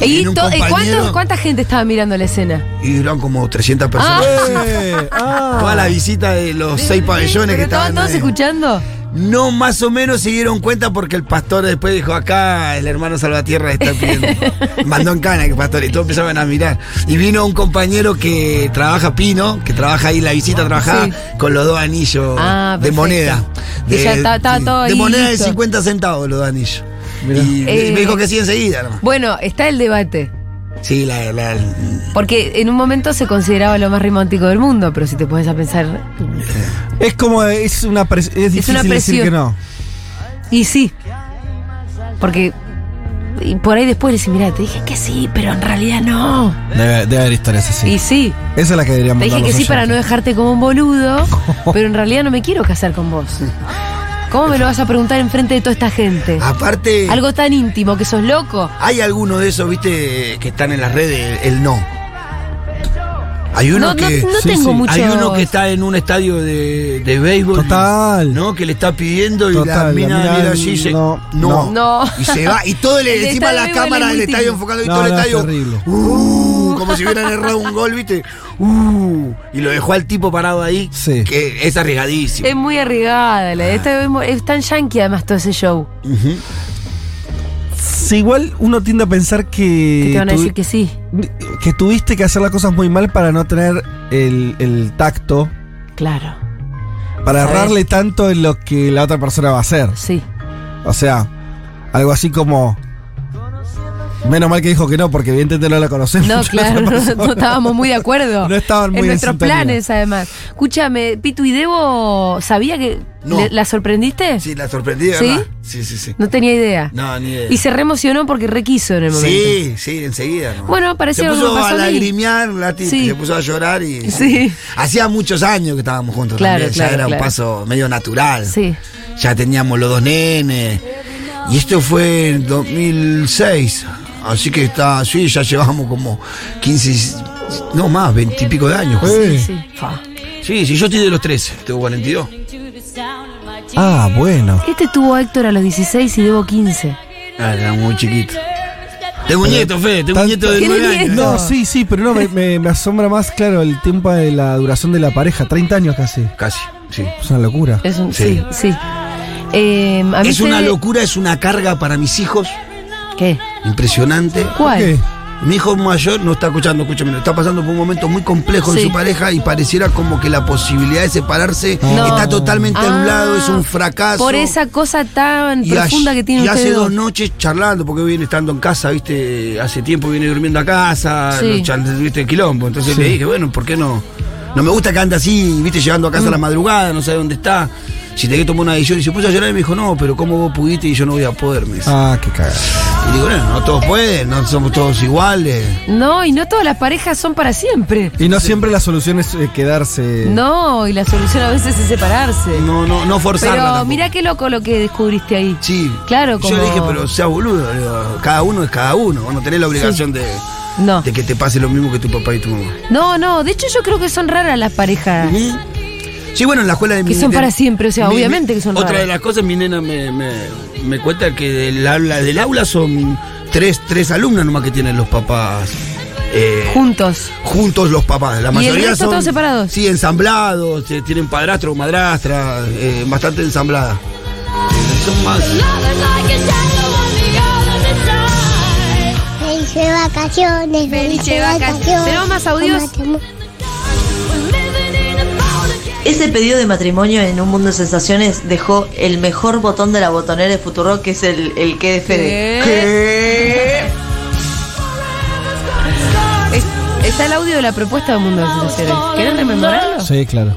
Speaker 2: ¿Y,
Speaker 3: viene un
Speaker 2: to- ¿y
Speaker 3: compañero-
Speaker 2: cuántos- cuánta gente estaba mirando la escena?
Speaker 3: Y eran como 300 personas.
Speaker 5: ¡Eh! ¡Ah!
Speaker 3: Toda la visita de los seis pabellones
Speaker 2: ¿Pero
Speaker 3: que estaban.
Speaker 2: estaban todos
Speaker 3: ahí.
Speaker 2: escuchando?
Speaker 3: No, más o menos se dieron cuenta porque el pastor después dijo, acá el hermano Salvatierra está pidiendo. Mandó en cana que pastor y todos empezaban a mirar. Y vino un compañero que trabaja Pino, que trabaja ahí en la visita, trabajaba
Speaker 2: Sí.
Speaker 3: con los dos anillos
Speaker 2: Ah,
Speaker 3: de
Speaker 2: perfecto.
Speaker 3: moneda.
Speaker 2: Y ya está- estaba todo
Speaker 3: de
Speaker 2: ahí
Speaker 3: moneda
Speaker 2: listo.
Speaker 3: de 50 centavos los dos anillos.
Speaker 5: Mirá.
Speaker 3: Y
Speaker 2: Eh.
Speaker 3: me dijo que sí enseguida. nomás.
Speaker 2: Bueno, está el debate.
Speaker 3: Sí, la, la-
Speaker 2: Porque en un momento se consideraba lo más romántico del mundo, pero si te pones a pensar.
Speaker 5: Es como, es una pres- es difícil
Speaker 2: una
Speaker 5: decir
Speaker 2: presión.
Speaker 5: que no.
Speaker 2: Y sí. Porque. Y por ahí después le dicen, mira, te dije que sí, pero en realidad no.
Speaker 5: Debe, debe haber historias así.
Speaker 2: Y sí.
Speaker 5: Esa es la que deberíamos
Speaker 2: Te dije que sí para no dejarte como un boludo, pero en realidad no me quiero casar con vos. ¿Cómo me lo vas a preguntar enfrente de toda esta gente?
Speaker 3: aparte,
Speaker 2: Algo tan íntimo que sos loco.
Speaker 3: Ah, hay alguno de esos, viste, que están en las redes, el no. Hay uno
Speaker 2: No, no,
Speaker 3: que...
Speaker 2: no
Speaker 5: sí, sí.
Speaker 2: tengo mucho.
Speaker 3: Hay uno que está en un estadio de, de béisbol.
Speaker 5: Total.
Speaker 3: ¿No? Que le está pidiendo y
Speaker 5: Total,
Speaker 3: la mina
Speaker 5: la mina
Speaker 3: mira allí y se.
Speaker 5: no,
Speaker 3: no.
Speaker 2: No.
Speaker 3: Y se va. Y todo
Speaker 2: El
Speaker 3: le, encima
Speaker 2: estadio
Speaker 3: la
Speaker 2: de béisbol
Speaker 3: cámara
Speaker 2: es
Speaker 3: del
Speaker 2: muy
Speaker 3: estadio
Speaker 2: típico.
Speaker 3: enfocando y
Speaker 5: No,
Speaker 3: todo el
Speaker 5: no, es
Speaker 3: estadio.
Speaker 5: terrible.
Speaker 3: "Uh", como si hubieran errado un gol, ¿viste? Uh, y lo dejó al tipo parado ahí.
Speaker 5: Sí.
Speaker 3: Que es arriesgadísimo.
Speaker 2: Es muy arriesgada.
Speaker 3: Ah.
Speaker 2: La de esta vez mo- es tan yankee además todo ese show.
Speaker 5: Si igual uno tiende a pensar que.
Speaker 2: Que te van a
Speaker 5: tu-
Speaker 2: decir que sí.
Speaker 5: que tuviste que hacer las cosas muy mal para no tener el, el tacto,
Speaker 2: Claro.
Speaker 5: para
Speaker 2: ¿Sabes?
Speaker 5: errarle tanto en lo que la otra persona va a hacer.
Speaker 2: Sí.
Speaker 5: O sea, algo así como. Menos mal que dijo que no, porque evidentemente no la conocemos.
Speaker 2: No,
Speaker 5: la
Speaker 2: claro,
Speaker 5: otra
Speaker 2: no,
Speaker 5: persona.
Speaker 2: estábamos muy de acuerdo.
Speaker 5: No estaban muy
Speaker 2: En
Speaker 5: en
Speaker 2: nuestros
Speaker 5: sintonía.
Speaker 2: planes, además. Escúchame, Pitu y Debo, ¿sabía que
Speaker 3: No.
Speaker 2: le- la sorprendiste?
Speaker 3: Sí, la sorprendí,
Speaker 2: ¿Sí?
Speaker 3: ¿verdad? Sí, sí, sí.
Speaker 2: No tenía idea.
Speaker 3: No, ni idea.
Speaker 2: Y se reemocionó porque requiso en el momento.
Speaker 3: Sí, sí, enseguida. ¿no?
Speaker 2: Bueno, parece
Speaker 3: Se
Speaker 2: algo que
Speaker 3: puso
Speaker 2: me
Speaker 3: a
Speaker 2: pasó a mí.
Speaker 3: lagrimear la tipa,
Speaker 2: Sí.
Speaker 3: se puso a llorar y.
Speaker 2: Sí.
Speaker 3: Hacía muchos años que estábamos juntos
Speaker 2: Claro,
Speaker 3: también,
Speaker 2: claro,
Speaker 3: ya era
Speaker 2: claro.
Speaker 3: un paso medio natural.
Speaker 2: Sí.
Speaker 3: Ya teníamos los dos nenes. Y esto fue en 2006. Así que está, sí, ya llevamos como 15, no más, 20 y pico de años.
Speaker 5: Eh.
Speaker 2: Sí. Fa.
Speaker 3: Sí, sí, yo estoy de los 13, tengo 42.
Speaker 5: Ah, bueno.
Speaker 2: Este tuvo a Héctor a los 16 y Debo 15.
Speaker 3: Ah, era muy chiquito. Tengo un nieto, Fede, tengo
Speaker 5: Tanto-
Speaker 3: un nieto de
Speaker 2: ¿Tiene
Speaker 3: 9 años.
Speaker 2: nieto?
Speaker 5: No, sí, sí, pero no, me, me- me asombra más, claro, el tiempo de la duración de la pareja. 30 años casi.
Speaker 3: Casi, sí.
Speaker 5: Es una locura.
Speaker 2: Es un, sí.
Speaker 3: Sí.
Speaker 2: sí, Eh, a mí
Speaker 3: Es
Speaker 2: se-
Speaker 3: una locura, es una carga para mis hijos.
Speaker 2: ¿Qué?
Speaker 3: Impresionante.
Speaker 2: ¿Cuál?
Speaker 5: ¿Qué?
Speaker 3: Mi hijo mayor no está escuchando, escúchame, está pasando por un momento muy complejo
Speaker 2: Sí.
Speaker 3: en su pareja y pareciera como que la posibilidad de separarse
Speaker 2: No.
Speaker 3: está totalmente a
Speaker 2: Ah,
Speaker 3: un lado, es un fracaso.
Speaker 2: Por esa cosa tan
Speaker 3: Y
Speaker 2: profunda
Speaker 3: hace-
Speaker 2: que tiene
Speaker 3: y hace
Speaker 2: usted.
Speaker 3: dos noches charlando, porque viene estando en casa, viste, hace tiempo viene durmiendo a casa,
Speaker 2: Sí.
Speaker 3: no chan- viste, quilombo. Entonces le dije, bueno, ¿por qué no? No me gusta que ande así, viste, llegando a casa
Speaker 2: Mm.
Speaker 3: a la madrugada, no sabe dónde está. Si te que tomar una decisión y se puso a llorar y me dijo, no, pero ¿cómo vos pudiste y yo no voy a poder? me dice.
Speaker 5: Ah, qué cagada.
Speaker 3: Y digo, bueno, no todos pueden, no somos todos iguales.
Speaker 2: No, y no todas las parejas son para siempre.
Speaker 5: Y no siempre la solución es eh, quedarse.
Speaker 2: No, y la solución a veces es separarse.
Speaker 3: No, no, no forzarla.
Speaker 2: Pero
Speaker 3: tampoco.
Speaker 2: mira qué loco lo que descubriste ahí.
Speaker 3: Sí.
Speaker 2: Claro, como-
Speaker 3: Yo le dije, pero sea boludo, le digo, cada uno es cada uno, vos no tenés la obligación de,
Speaker 2: No.
Speaker 3: de que te pase lo mismo que tu papá y tu mamá.
Speaker 2: No, no, de hecho yo creo que son raras las parejas.
Speaker 3: Ujú. Sí, bueno, en la escuela de mi
Speaker 2: Ah. Que son
Speaker 3: de-
Speaker 2: para siempre, o sea,
Speaker 3: mi-
Speaker 2: obviamente que son
Speaker 3: Otra
Speaker 2: raras.
Speaker 3: de las cosas, mi nena me, me- me cuenta que del aula, del aula son tres, tres alumnas nomás que tienen los papás. eh,
Speaker 2: Juntos.
Speaker 3: juntos los papás. La
Speaker 2: el
Speaker 3: mayoría
Speaker 2: resto
Speaker 3: son.
Speaker 2: todos separados?
Speaker 3: Sí, ensamblados, eh, tienen padrastro o madrastra, eh, bastante ensamblada. Eh, Son más.
Speaker 4: Felices vacaciones,
Speaker 2: Felices
Speaker 4: felices
Speaker 2: vacaciones.
Speaker 4: vacaciones.
Speaker 2: ¿Tenemos más audios?
Speaker 4: Amate mu-
Speaker 8: Ese Este pedido de matrimonio en Un Mundo de Sensaciones dejó el mejor botón de la botonera de Futuro, que es el, el que de Fede.
Speaker 2: Es- está el audio de la propuesta del mundo de sensaciones. ¿Quieren rememorarlo?
Speaker 5: Sí, claro.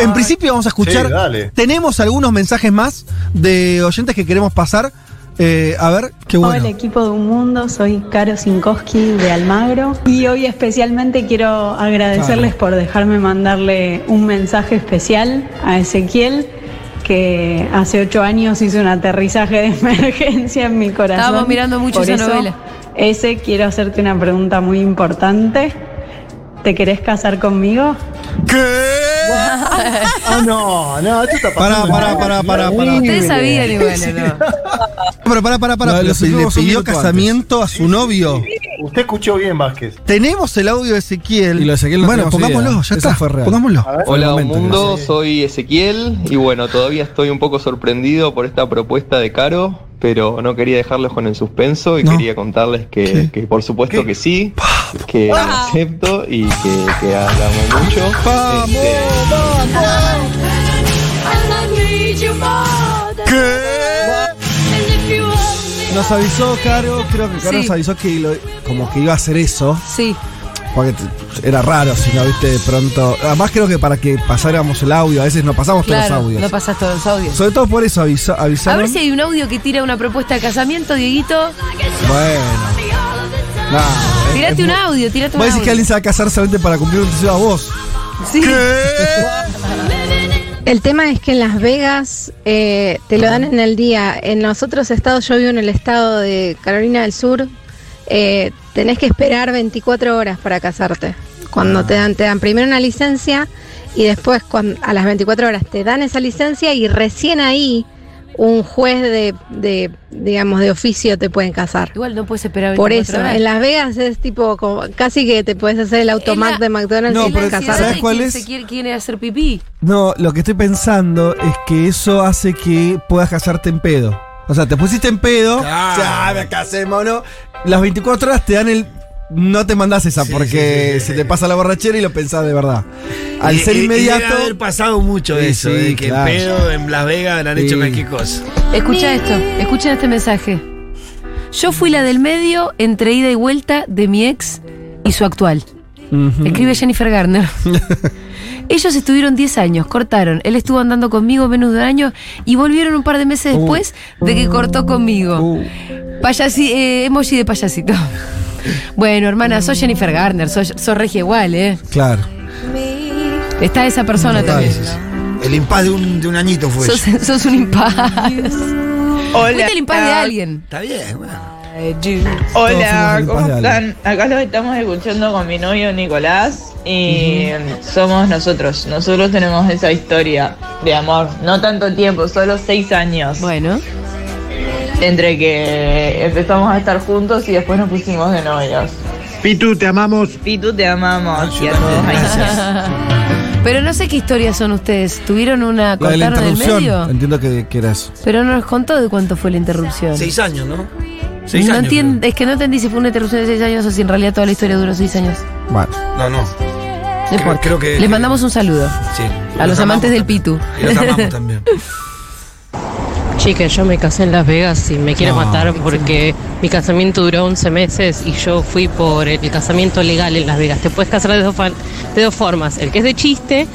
Speaker 5: En principio vamos a escuchar.
Speaker 9: Sí, dale.
Speaker 5: Tenemos algunos mensajes más de oyentes que queremos pasar. Eh, a ver, qué bueno.
Speaker 10: Hola equipo de Un Mundo, soy Caro Sinkoski de Almagro y hoy especialmente quiero agradecerles por dejarme mandarle un mensaje especial a Ezequiel que hace ocho años hizo un aterrizaje de emergencia en mi corazón.
Speaker 2: Estábamos mirando mucho
Speaker 10: Por
Speaker 2: esa
Speaker 10: eso,
Speaker 2: novela.
Speaker 10: Ese quiero hacerte una pregunta muy importante. ¿Te querés casar conmigo?
Speaker 9: Ah, no, no, esto está
Speaker 5: Pará,
Speaker 9: pasando.
Speaker 5: pará, pará, pará, pará.
Speaker 2: Ustedes sabían igual, ¿no?
Speaker 5: Pero pará, pará, pará.
Speaker 3: Lo-
Speaker 5: pero
Speaker 3: lo
Speaker 5: si le
Speaker 3: subimos un
Speaker 5: pidió
Speaker 3: minuto antes.
Speaker 5: casamiento a su novio.
Speaker 9: Usted escuchó bien, Vázquez.
Speaker 5: Tenemos el audio de Ezequiel.
Speaker 11: Y lo de Ezequiel no
Speaker 5: bueno,
Speaker 11: tenemos
Speaker 5: pongámoslo,
Speaker 11: idea. Esa
Speaker 5: ya está.
Speaker 11: fue real.
Speaker 5: Pongámoslo.
Speaker 3: Ah,
Speaker 9: A ver.
Speaker 5: Fue el
Speaker 12: Hola, un
Speaker 5: momento,
Speaker 12: mundo,
Speaker 5: ¿no?
Speaker 12: soy Ezequiel y bueno, todavía estoy un poco sorprendido por esta propuesta de Caro, pero no quería dejarlos con el suspenso y
Speaker 5: No.
Speaker 12: quería contarles que, que por supuesto que sí, que acepto y que, que hablamos mucho.
Speaker 5: ¡Vamos!
Speaker 12: Este,
Speaker 5: Nos avisó Caro, creo que Caro
Speaker 2: Sí.
Speaker 5: nos avisó que lo- como que iba a hacer eso.
Speaker 2: Sí.
Speaker 5: Porque t- era raro si no viste de pronto. Además, creo que para que pasáramos el audio, a veces no pasamos todos
Speaker 2: Claro,
Speaker 5: los audios.
Speaker 2: no pasas todos los audios.
Speaker 5: Sobre todo por eso avisa,
Speaker 2: A
Speaker 5: avisaron.
Speaker 2: ver si hay un audio que tira una propuesta de casamiento, Dieguito.
Speaker 5: Bueno. Nah, es-
Speaker 2: Tirate
Speaker 5: es
Speaker 2: un
Speaker 5: muy-
Speaker 2: audio, tirate un
Speaker 5: Vos decís que
Speaker 2: audio.
Speaker 5: alguien se va a casar solamente para cumplir un deseo a vos.
Speaker 2: Sí.
Speaker 10: El tema es que en Las Vegas eh, te lo dan en el día. En los otros estados, yo vivo en el estado de Carolina del Sur, eh, tenés que esperar 24 horas para casarte. Cuando
Speaker 5: Ah.
Speaker 10: te dan, te dan primero una licencia y después cuan- a las 24 horas te dan esa licencia y recién ahí un juez de, de, digamos, de oficio te pueden casar.
Speaker 2: Igual no puedes esperar
Speaker 10: Por
Speaker 2: 24
Speaker 10: eso,
Speaker 2: horas.
Speaker 10: en Las Vegas es tipo, como- casi que te puedes hacer el automac
Speaker 2: la-
Speaker 10: de McDonald's
Speaker 5: No,
Speaker 10: y
Speaker 5: pero
Speaker 10: casarte.
Speaker 5: ¿sabes cuál
Speaker 2: ¿Quién
Speaker 5: es?
Speaker 2: Se quiere, quiere hacer pipí.
Speaker 5: No, lo que estoy pensando es que eso hace que puedas casarte en pedo. O sea, te pusiste en pedo.
Speaker 3: Claro.
Speaker 5: Ya, me casé, mono. Las 24 horas te dan el. No te mandás esa
Speaker 3: Sí,
Speaker 5: porque
Speaker 3: sí, sí, sí,
Speaker 5: se
Speaker 3: sí.
Speaker 5: te pasa la borrachera y lo pensás de verdad. Al
Speaker 3: Y-
Speaker 5: ser
Speaker 3: y- y
Speaker 5: inmediato.
Speaker 3: eh, Debe haber pasado mucho
Speaker 5: Sí,
Speaker 3: eso,
Speaker 5: sí,
Speaker 3: de que en
Speaker 5: claro.
Speaker 3: pedo en Las Vegas le han hecho
Speaker 5: Sí.
Speaker 3: cualquier cosa.
Speaker 2: Escucha esto, escucha este mensaje. Yo fui la del medio entre ida y vuelta de mi ex y su actual.
Speaker 5: Ujú.
Speaker 2: Escribe Jennifer Garner. Ellos estuvieron 10 años, cortaron. Él estuvo andando conmigo menos de un año y volvieron un par de meses
Speaker 5: Uh.
Speaker 2: después de que cortó conmigo.
Speaker 5: Uh,
Speaker 2: Payasi- eh, emoji de payasito. Bueno, hermana, sos Jennifer Garner, sos, sos regia igual, ¿eh?
Speaker 5: claro.
Speaker 2: Está esa persona
Speaker 3: Total,
Speaker 2: también.
Speaker 3: sí, sí. El impas de un, de un añito fue
Speaker 5: Pues.
Speaker 2: Sos,
Speaker 3: eso.
Speaker 2: sos un impas. Fuiste el impas de alguien.
Speaker 3: Está bien, bueno.
Speaker 5: Hola, ¿cómo están?
Speaker 10: Acá los estamos escuchando con mi novio Nicolás y somos nosotros. Nosotros tenemos esa historia de amor. No tanto tiempo, solo seis años.
Speaker 2: Bueno,
Speaker 10: Entre que empezamos a estar juntos y después nos pusimos de novios.
Speaker 11: Pitu, te amamos.
Speaker 13: Pitu, te amamos. Y a todos ahí.
Speaker 2: Pero no sé qué historias son ustedes. ¿Tuvieron una
Speaker 5: La de la
Speaker 2: cortaron en el
Speaker 5: interrupción.
Speaker 2: medio?
Speaker 5: Entiendo que, que era eso.
Speaker 2: Pero no nos contó de cuánto fue la interrupción.
Speaker 3: Seis años, ¿no? Seis
Speaker 2: No
Speaker 3: años,
Speaker 2: entien- es que no entendí si fue una interrupción de seis años o si en realidad toda la historia duró seis años.
Speaker 5: Vale.
Speaker 3: No, no.
Speaker 2: No importa.
Speaker 3: creo que-
Speaker 2: Les mandamos un saludo
Speaker 3: Sí.
Speaker 2: a los amantes del Pitu.
Speaker 3: Y los amamos también.
Speaker 14: Chica, yo me casé en Las Vegas y me quiero
Speaker 3: No.
Speaker 14: matar porque mi casamiento duró 11 meses y yo fui por el casamiento legal en Las Vegas. Te puedes casar de dos, fan- de dos formas, el que es de chiste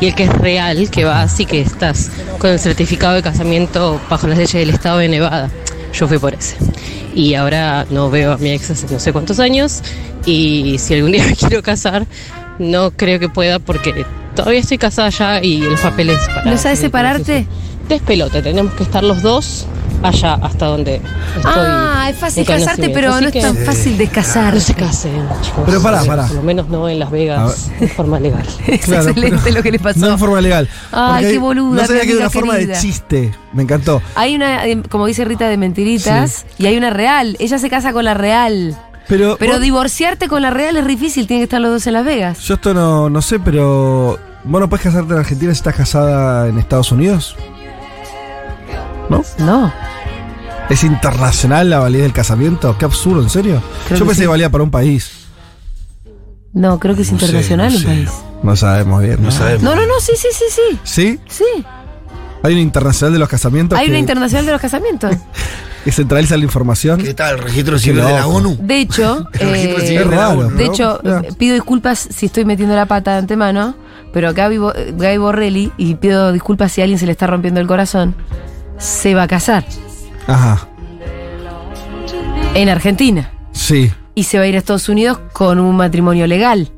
Speaker 14: y el que es real, que va así que estás con el certificado de casamiento bajo las leyes del estado de Nevada. Yo fui por ese. Y ahora no veo a mi ex hace no sé cuántos años y si algún día me quiero casar, no creo que pueda porque todavía estoy casada ya y los papeles... para-
Speaker 2: ¿No sabes separarte?
Speaker 14: Despelote, tenemos que estar los dos allá hasta donde estoy.
Speaker 2: Ah, es fácil
Speaker 14: en
Speaker 2: casarte,
Speaker 14: conocimiento.
Speaker 2: pero
Speaker 14: Así
Speaker 2: no es
Speaker 14: que-
Speaker 2: tan fácil de casar.
Speaker 14: No se casen, chicos.
Speaker 5: Pero pará, pará.
Speaker 14: Por lo menos no en Las Vegas, de forma legal.
Speaker 2: Es
Speaker 5: Claro,
Speaker 2: excelente
Speaker 5: pero
Speaker 2: lo que le pasó.
Speaker 5: No en forma legal.
Speaker 2: Ay,
Speaker 5: Porque
Speaker 2: qué
Speaker 5: hay-
Speaker 2: boluda,
Speaker 5: No sabía
Speaker 2: mi
Speaker 5: que era una
Speaker 2: amiga
Speaker 5: forma de
Speaker 2: querida.
Speaker 5: chiste. Me encantó.
Speaker 2: Hay una, eh, como dice Rita, de mentiritas y hay una real. Ella se casa con la real.
Speaker 5: Pero,
Speaker 2: Pero
Speaker 5: vos-
Speaker 2: divorciarte con la real es difícil, tienen que estar los dos en Las Vegas.
Speaker 5: yo esto no, no sé, pero. ¿Vos no puedes casarte en Argentina si estás casada en Estados Unidos? ¿No?
Speaker 2: No.
Speaker 5: ¿Es internacional la validez del casamiento? Qué absurdo, ¿en serio?
Speaker 2: Creo
Speaker 5: Yo
Speaker 2: que
Speaker 5: pensé
Speaker 2: sí.
Speaker 5: que valía para un país.
Speaker 2: No, creo que es internacional
Speaker 5: no
Speaker 2: un
Speaker 5: sé.
Speaker 2: país.
Speaker 5: No sabemos bien. No, sabemos.
Speaker 2: No, no, no, sí, sí, sí, sí.
Speaker 5: Ah. ¿Sí?
Speaker 2: Sí.
Speaker 5: ¿Hay una internacional de los casamientos
Speaker 2: Hay
Speaker 5: que,
Speaker 2: una internacional de los casamientos.
Speaker 5: que centraliza la información? ¿Qué
Speaker 3: tal? ¿El registro civil de la ONU?
Speaker 2: De hecho, eh,
Speaker 3: pues
Speaker 5: registro civil de la ONU,
Speaker 2: de
Speaker 5: ¿no?
Speaker 2: hecho eh,
Speaker 5: Ya.
Speaker 2: pido disculpas si estoy metiendo la pata de antemano, pero acá vivo Guy Borrelli, y pido disculpas si a alguien se le está rompiendo el corazón, se va a casar
Speaker 5: Ajá.
Speaker 2: en Argentina
Speaker 5: Sí.
Speaker 2: y se va a ir a Estados Unidos con un matrimonio legal.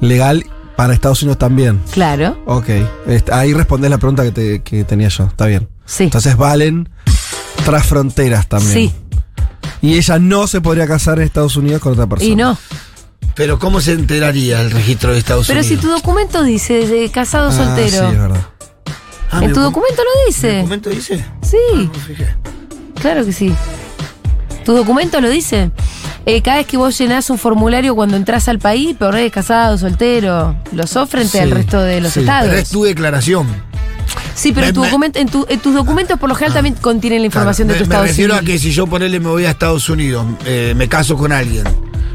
Speaker 5: Legal para Estados Unidos también.
Speaker 2: Claro.
Speaker 5: Ok, Est- ahí respondés la pregunta que, te- que tenía yo, está bien.
Speaker 2: Sí.
Speaker 5: Entonces valen tras fronteras también.
Speaker 2: Sí.
Speaker 5: Y ella no se podría casar en Estados Unidos con otra persona.
Speaker 2: Y no.
Speaker 3: Pero ¿cómo se enteraría el registro de Estados
Speaker 2: Pero si
Speaker 3: Unidos?
Speaker 2: tu documento dice de casado
Speaker 3: Ah,
Speaker 2: soltero.
Speaker 3: sí, es verdad. Ah,
Speaker 2: en
Speaker 3: mi
Speaker 2: tu
Speaker 3: docu-
Speaker 2: documento lo dice.
Speaker 3: ¿Mi documento dice?
Speaker 2: Sí. claro que sí. Tu documento lo dice. Eh, cada vez que vos llenás un formulario cuando entras al país, ponés casado, soltero, lo sos frente al
Speaker 3: Sí,
Speaker 2: resto de los
Speaker 3: sí.
Speaker 2: estados.
Speaker 3: Pero es tu declaración.
Speaker 2: Sí, pero
Speaker 3: Me-
Speaker 2: tu
Speaker 3: me- Ah.
Speaker 2: documento, en, tu- en tus documentos por lo general también contienen la información
Speaker 3: me,
Speaker 2: de tu
Speaker 3: me
Speaker 2: estado
Speaker 3: refiero
Speaker 2: civil.
Speaker 3: a que si yo ponele me voy a Estados Unidos, eh, me caso con alguien.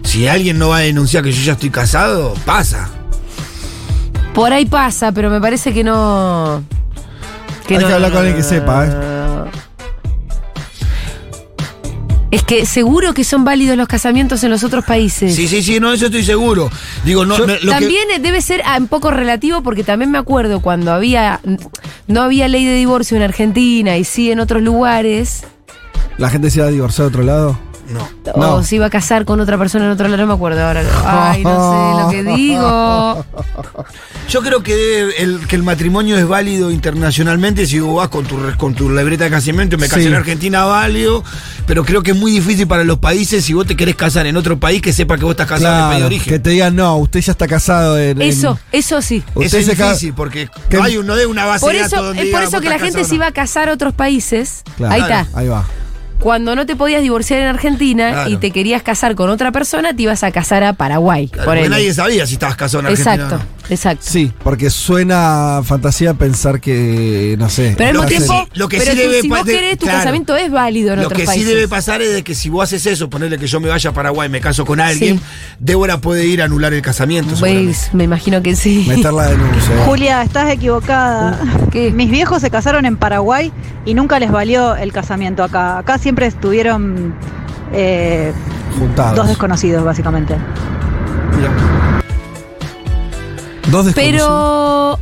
Speaker 3: Si alguien no va a denunciar que yo ya estoy casado, pasa.
Speaker 2: Por ahí pasa, pero me parece que no.
Speaker 5: Hay que hablar con alguien que sepa, ¿eh?
Speaker 3: Ah.
Speaker 2: Es que seguro que son válidos los casamientos en los otros países.
Speaker 3: Sí, sí, sí, no, eso estoy seguro. Digo, no, me- lo que-
Speaker 2: También eh, debe ser ah, un poco relativo porque también me acuerdo cuando había no había ley de divorcio en Argentina y sí en otros lugares
Speaker 5: ¿La gente se iba a divorciar de otro lado? No.
Speaker 2: o se iba a casar con otra persona en otro lado no me acuerdo ahora ay no sé lo que digo
Speaker 3: Yo creo que, debe- el, que el matrimonio es válido internacionalmente. Si vos vas con tu, re- con tu libreta de casamiento, me casé
Speaker 5: Sí.
Speaker 3: en Argentina, válido. Pero creo que es muy difícil para los países si vos te querés casar en otro país que sepa que vos estás casado en el país de
Speaker 5: Claro,
Speaker 3: origen.
Speaker 5: que te digan, no, usted ya está casado en... en-
Speaker 2: eso eso sí
Speaker 3: Eso
Speaker 5: usted
Speaker 3: es
Speaker 5: se ca-
Speaker 3: difícil porque
Speaker 5: que-
Speaker 3: no hay un- no hay una base
Speaker 2: por
Speaker 3: de datos
Speaker 2: eso
Speaker 3: donde
Speaker 2: es
Speaker 3: diga,
Speaker 2: por
Speaker 3: vos
Speaker 2: eso que la
Speaker 3: estás
Speaker 2: gente
Speaker 3: casado
Speaker 2: se iba a casar a otros países
Speaker 5: Claro,
Speaker 2: ahí está
Speaker 5: Ahí va.
Speaker 2: cuando no te podías divorciar en Argentina
Speaker 3: Claro.
Speaker 2: y te querías casar con otra persona te ibas a casar a Paraguay
Speaker 3: o no.
Speaker 2: por
Speaker 3: Porque nadie sabía si estabas casado en Argentina.
Speaker 2: exacto exacto
Speaker 5: Sí, porque suena fantasía pensar que, no sé...
Speaker 2: Pero al mismo
Speaker 5: estás en-
Speaker 2: tiempo,
Speaker 3: lo que
Speaker 2: pero
Speaker 3: sí
Speaker 2: que
Speaker 3: debe
Speaker 2: si vos
Speaker 3: pa- de-
Speaker 2: querés, tu
Speaker 3: claro.
Speaker 2: casamiento es válido en
Speaker 3: Lo
Speaker 2: otros
Speaker 3: que
Speaker 2: países.
Speaker 3: sí debe pasar es de que si vos haces eso, ponerle que yo me vaya a Paraguay, me caso con alguien, Débora puede ir a anular el casamiento. seguramente.
Speaker 2: Pues, me imagino que sí.
Speaker 5: Meter la denuncia.
Speaker 15: Julia, estás equivocada. Mis viejos se casaron en Paraguay y nunca les valió el casamiento acá. Acá siempre estuvieron eh,
Speaker 5: Juntados.
Speaker 15: dos desconocidos, básicamente.
Speaker 5: Dos desconocidos.
Speaker 2: Pero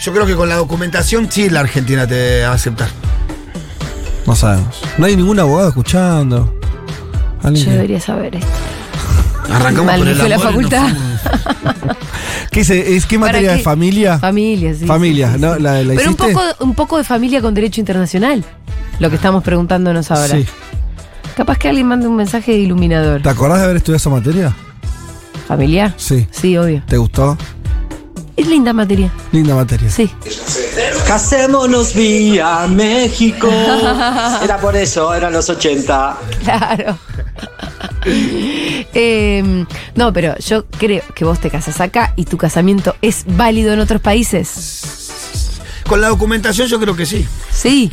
Speaker 3: Yo creo que con la documentación sí la Argentina te va a aceptar.
Speaker 5: No sabemos. No hay ningún abogado escuchando. Alguien
Speaker 2: yo
Speaker 5: que-
Speaker 2: debería saber esto.
Speaker 3: Arrancamos
Speaker 2: Mal
Speaker 3: por
Speaker 2: me
Speaker 3: el
Speaker 2: fue la
Speaker 3: amor y nos
Speaker 2: facultad.
Speaker 5: ¿Qué, es, es, ¿qué
Speaker 2: ¿Para
Speaker 5: materia
Speaker 2: qué?
Speaker 5: de familia?
Speaker 2: Familia, sí.
Speaker 5: Familia,
Speaker 2: sí, sí,
Speaker 5: ¿no?
Speaker 2: sí.
Speaker 5: ¿La, la
Speaker 2: Pero un
Speaker 5: hiciste?
Speaker 2: poco, un poco de familia con derecho internacional. Lo que estamos preguntándonos ahora.
Speaker 5: Sí.
Speaker 2: Capaz que alguien mande un mensaje iluminador.
Speaker 5: ¿Te acordás de haber estudiado esa materia?
Speaker 2: ¿Familiar?
Speaker 5: Sí.
Speaker 2: Sí, obvio.
Speaker 5: ¿Te gustó?
Speaker 2: Es linda materia.
Speaker 5: Linda materia.
Speaker 2: Sí.
Speaker 16: Casémonos vía México. Era por eso, eran los 80.
Speaker 2: Claro. Eh, no, pero yo creo que vos te casas acá y tu casamiento es válido en otros países.
Speaker 3: Con la documentación yo creo que sí.
Speaker 2: Sí.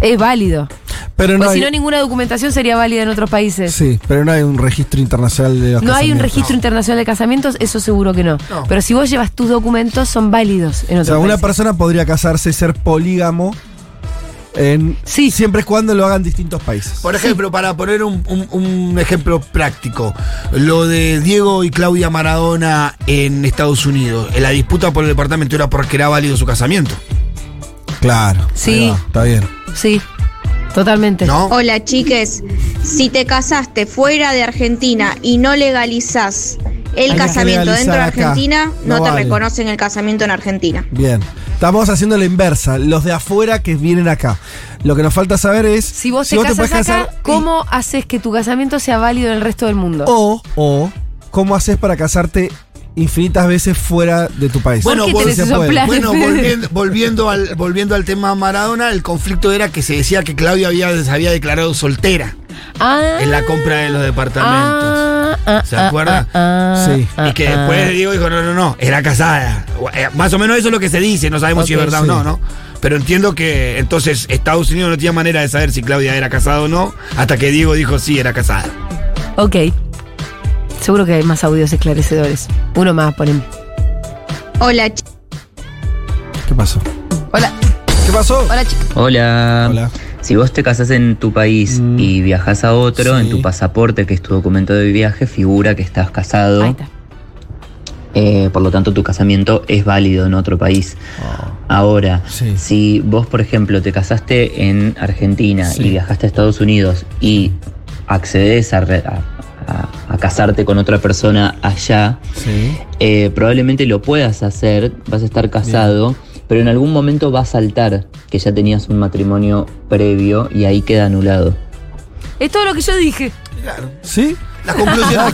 Speaker 2: Es válido.
Speaker 5: Pero no
Speaker 2: Pues si
Speaker 5: hay-
Speaker 2: no, ninguna documentación sería válida en otros países.
Speaker 5: Sí, pero no hay un registro internacional de los
Speaker 2: No hay un
Speaker 5: casamientos.
Speaker 2: registro internacional de casamientos, eso seguro que no.
Speaker 3: No.
Speaker 2: Pero si vos llevas tus documentos, son válidos en
Speaker 5: O sea,
Speaker 2: otros
Speaker 5: una
Speaker 2: países.
Speaker 5: persona podría casarse y ser polígamo en siempre y cuando lo hagan distintos países.
Speaker 3: Por ejemplo, para poner un, un- un ejemplo práctico, lo de Diego y Claudia Maradona en Estados Unidos, en la disputa por el departamento era porque era válido su casamiento.
Speaker 5: Claro.
Speaker 2: Sí.
Speaker 5: ahí va, Está bien.
Speaker 2: Sí, totalmente.
Speaker 11: Hola chiques, si te casaste fuera de Argentina y no legalizás el
Speaker 5: Hay que
Speaker 11: casamiento dentro de
Speaker 5: legalizar acá.
Speaker 11: Argentina, no,
Speaker 5: No
Speaker 11: te
Speaker 5: vale.
Speaker 11: reconocen el casamiento en Argentina.
Speaker 5: Bien. Estamos haciendo la inversa, los de afuera que vienen acá. Lo que nos falta saber es
Speaker 2: Si vos te casas acá, ¿cómo haces que tu casamiento sea válido en el resto del mundo?
Speaker 5: o o cómo haces para casarte infinitas veces fuera de tu país. Sí se puede.
Speaker 3: Bueno, volviendo, volviendo al, volviendo al tema Maradona, el conflicto era que se decía que Claudia había, se había declarado soltera
Speaker 2: Ah,
Speaker 3: en la compra de los departamentos.
Speaker 2: ah, ah,
Speaker 3: ¿Se
Speaker 2: ah,
Speaker 3: acuerda?
Speaker 2: ah, ah,
Speaker 3: sí.
Speaker 2: ah,
Speaker 3: y que
Speaker 2: ah.
Speaker 3: después Diego dijo, no, no, no, era casada. Eh, Más o menos eso es lo que se dice, no sabemos si es
Speaker 5: Ok,
Speaker 3: verdad
Speaker 5: sí.
Speaker 3: o no, ¿no? Pero entiendo que entonces Estados Unidos no tenía manera de saber si Claudia era casada o no, hasta que Diego dijo sí, era casada.
Speaker 2: Ok. Seguro que hay más audios esclarecedores. Uno más, ponen.
Speaker 11: Hola chicos.
Speaker 5: ¿Qué pasó?
Speaker 2: Hola.
Speaker 5: ¿Qué pasó?
Speaker 2: Hola, chicos.
Speaker 17: Hola. Si vos te casás en tu país
Speaker 5: Mm.
Speaker 17: y viajás a otro, en tu pasaporte, que es tu documento de viaje, figura que estás casado. Eh, por lo tanto, tu casamiento es válido en otro país.
Speaker 5: Ah,
Speaker 17: Ahora, si vos, por ejemplo, te casaste en Argentina y viajaste a Estados Unidos y accedes a, re- a- a- a casarte con otra persona allá, eh, probablemente lo puedas hacer, vas a estar casado, pero en algún momento va a saltar que ya tenías un matrimonio previo y ahí queda anulado.
Speaker 2: Es todo lo que yo dije.
Speaker 5: ¿Sí?
Speaker 3: La conclusión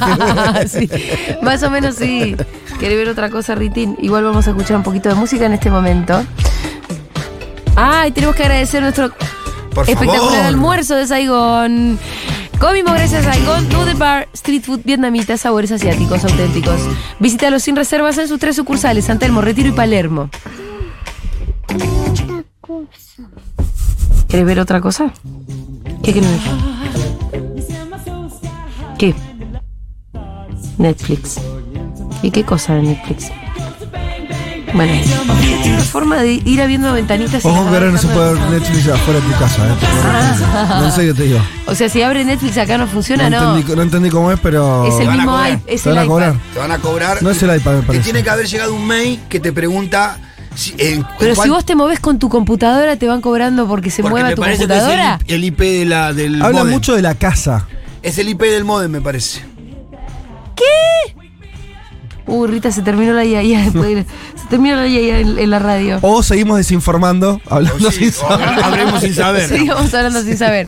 Speaker 2: Sí, Más o menos sí. ¿Querés ver otra cosa, Ritín? Igual vamos a escuchar un poquito de música en este momento. Ay, tenemos que agradecer nuestro
Speaker 3: Por
Speaker 2: espectacular
Speaker 3: favor.
Speaker 2: almuerzo de Saigón. Comimos gracias a Saigón Noodle Bar, Street Food Vietnamita, sabores asiáticos auténticos. Visítalos sin reservas en sus tres sucursales, San Telmo, Retiro y Palermo. ¿Querés ver otra cosa? ¿Qué querés ver? ¿Qué? Netflix. ¿Y qué cosa de Netflix? Bueno, es una forma de ir abriendo ventanitas. y
Speaker 5: Ojo que
Speaker 2: acabar
Speaker 5: ahora no se
Speaker 2: dejando-
Speaker 5: puede ver Netflix afuera de tu casa, ¿eh?
Speaker 2: Ah.
Speaker 5: No sé qué te digo.
Speaker 2: O sea, si abre Netflix acá no funciona,
Speaker 5: no,
Speaker 2: no.
Speaker 5: Entendí, no entendí cómo es, pero. Ah,
Speaker 2: Es el
Speaker 5: Te van a
Speaker 2: mismo
Speaker 5: cobrar.
Speaker 2: iP- es
Speaker 5: Te
Speaker 2: el
Speaker 5: van a
Speaker 2: iPad.
Speaker 5: cobrar.
Speaker 3: Te van a cobrar.
Speaker 5: No es el iPad, me
Speaker 3: Te
Speaker 5: parece.
Speaker 3: tiene que haber llegado un mail que te pregunta si- en- en
Speaker 2: Pero si
Speaker 3: cuál-
Speaker 2: vos te movés con tu computadora, te van cobrando porque se
Speaker 3: porque
Speaker 2: mueva
Speaker 3: me
Speaker 2: tu
Speaker 3: parece que es el
Speaker 2: computadora.
Speaker 3: I- el, IP de la, del
Speaker 5: Habla
Speaker 3: módem.
Speaker 5: mucho de la casa.
Speaker 3: Es el IP del modem, me parece.
Speaker 2: Uh, Rita, se terminó la IA. IA después de- se terminó la IA en, en la radio.
Speaker 5: O seguimos desinformando, hablando sin saber.
Speaker 2: Seguimos hablando sin saber.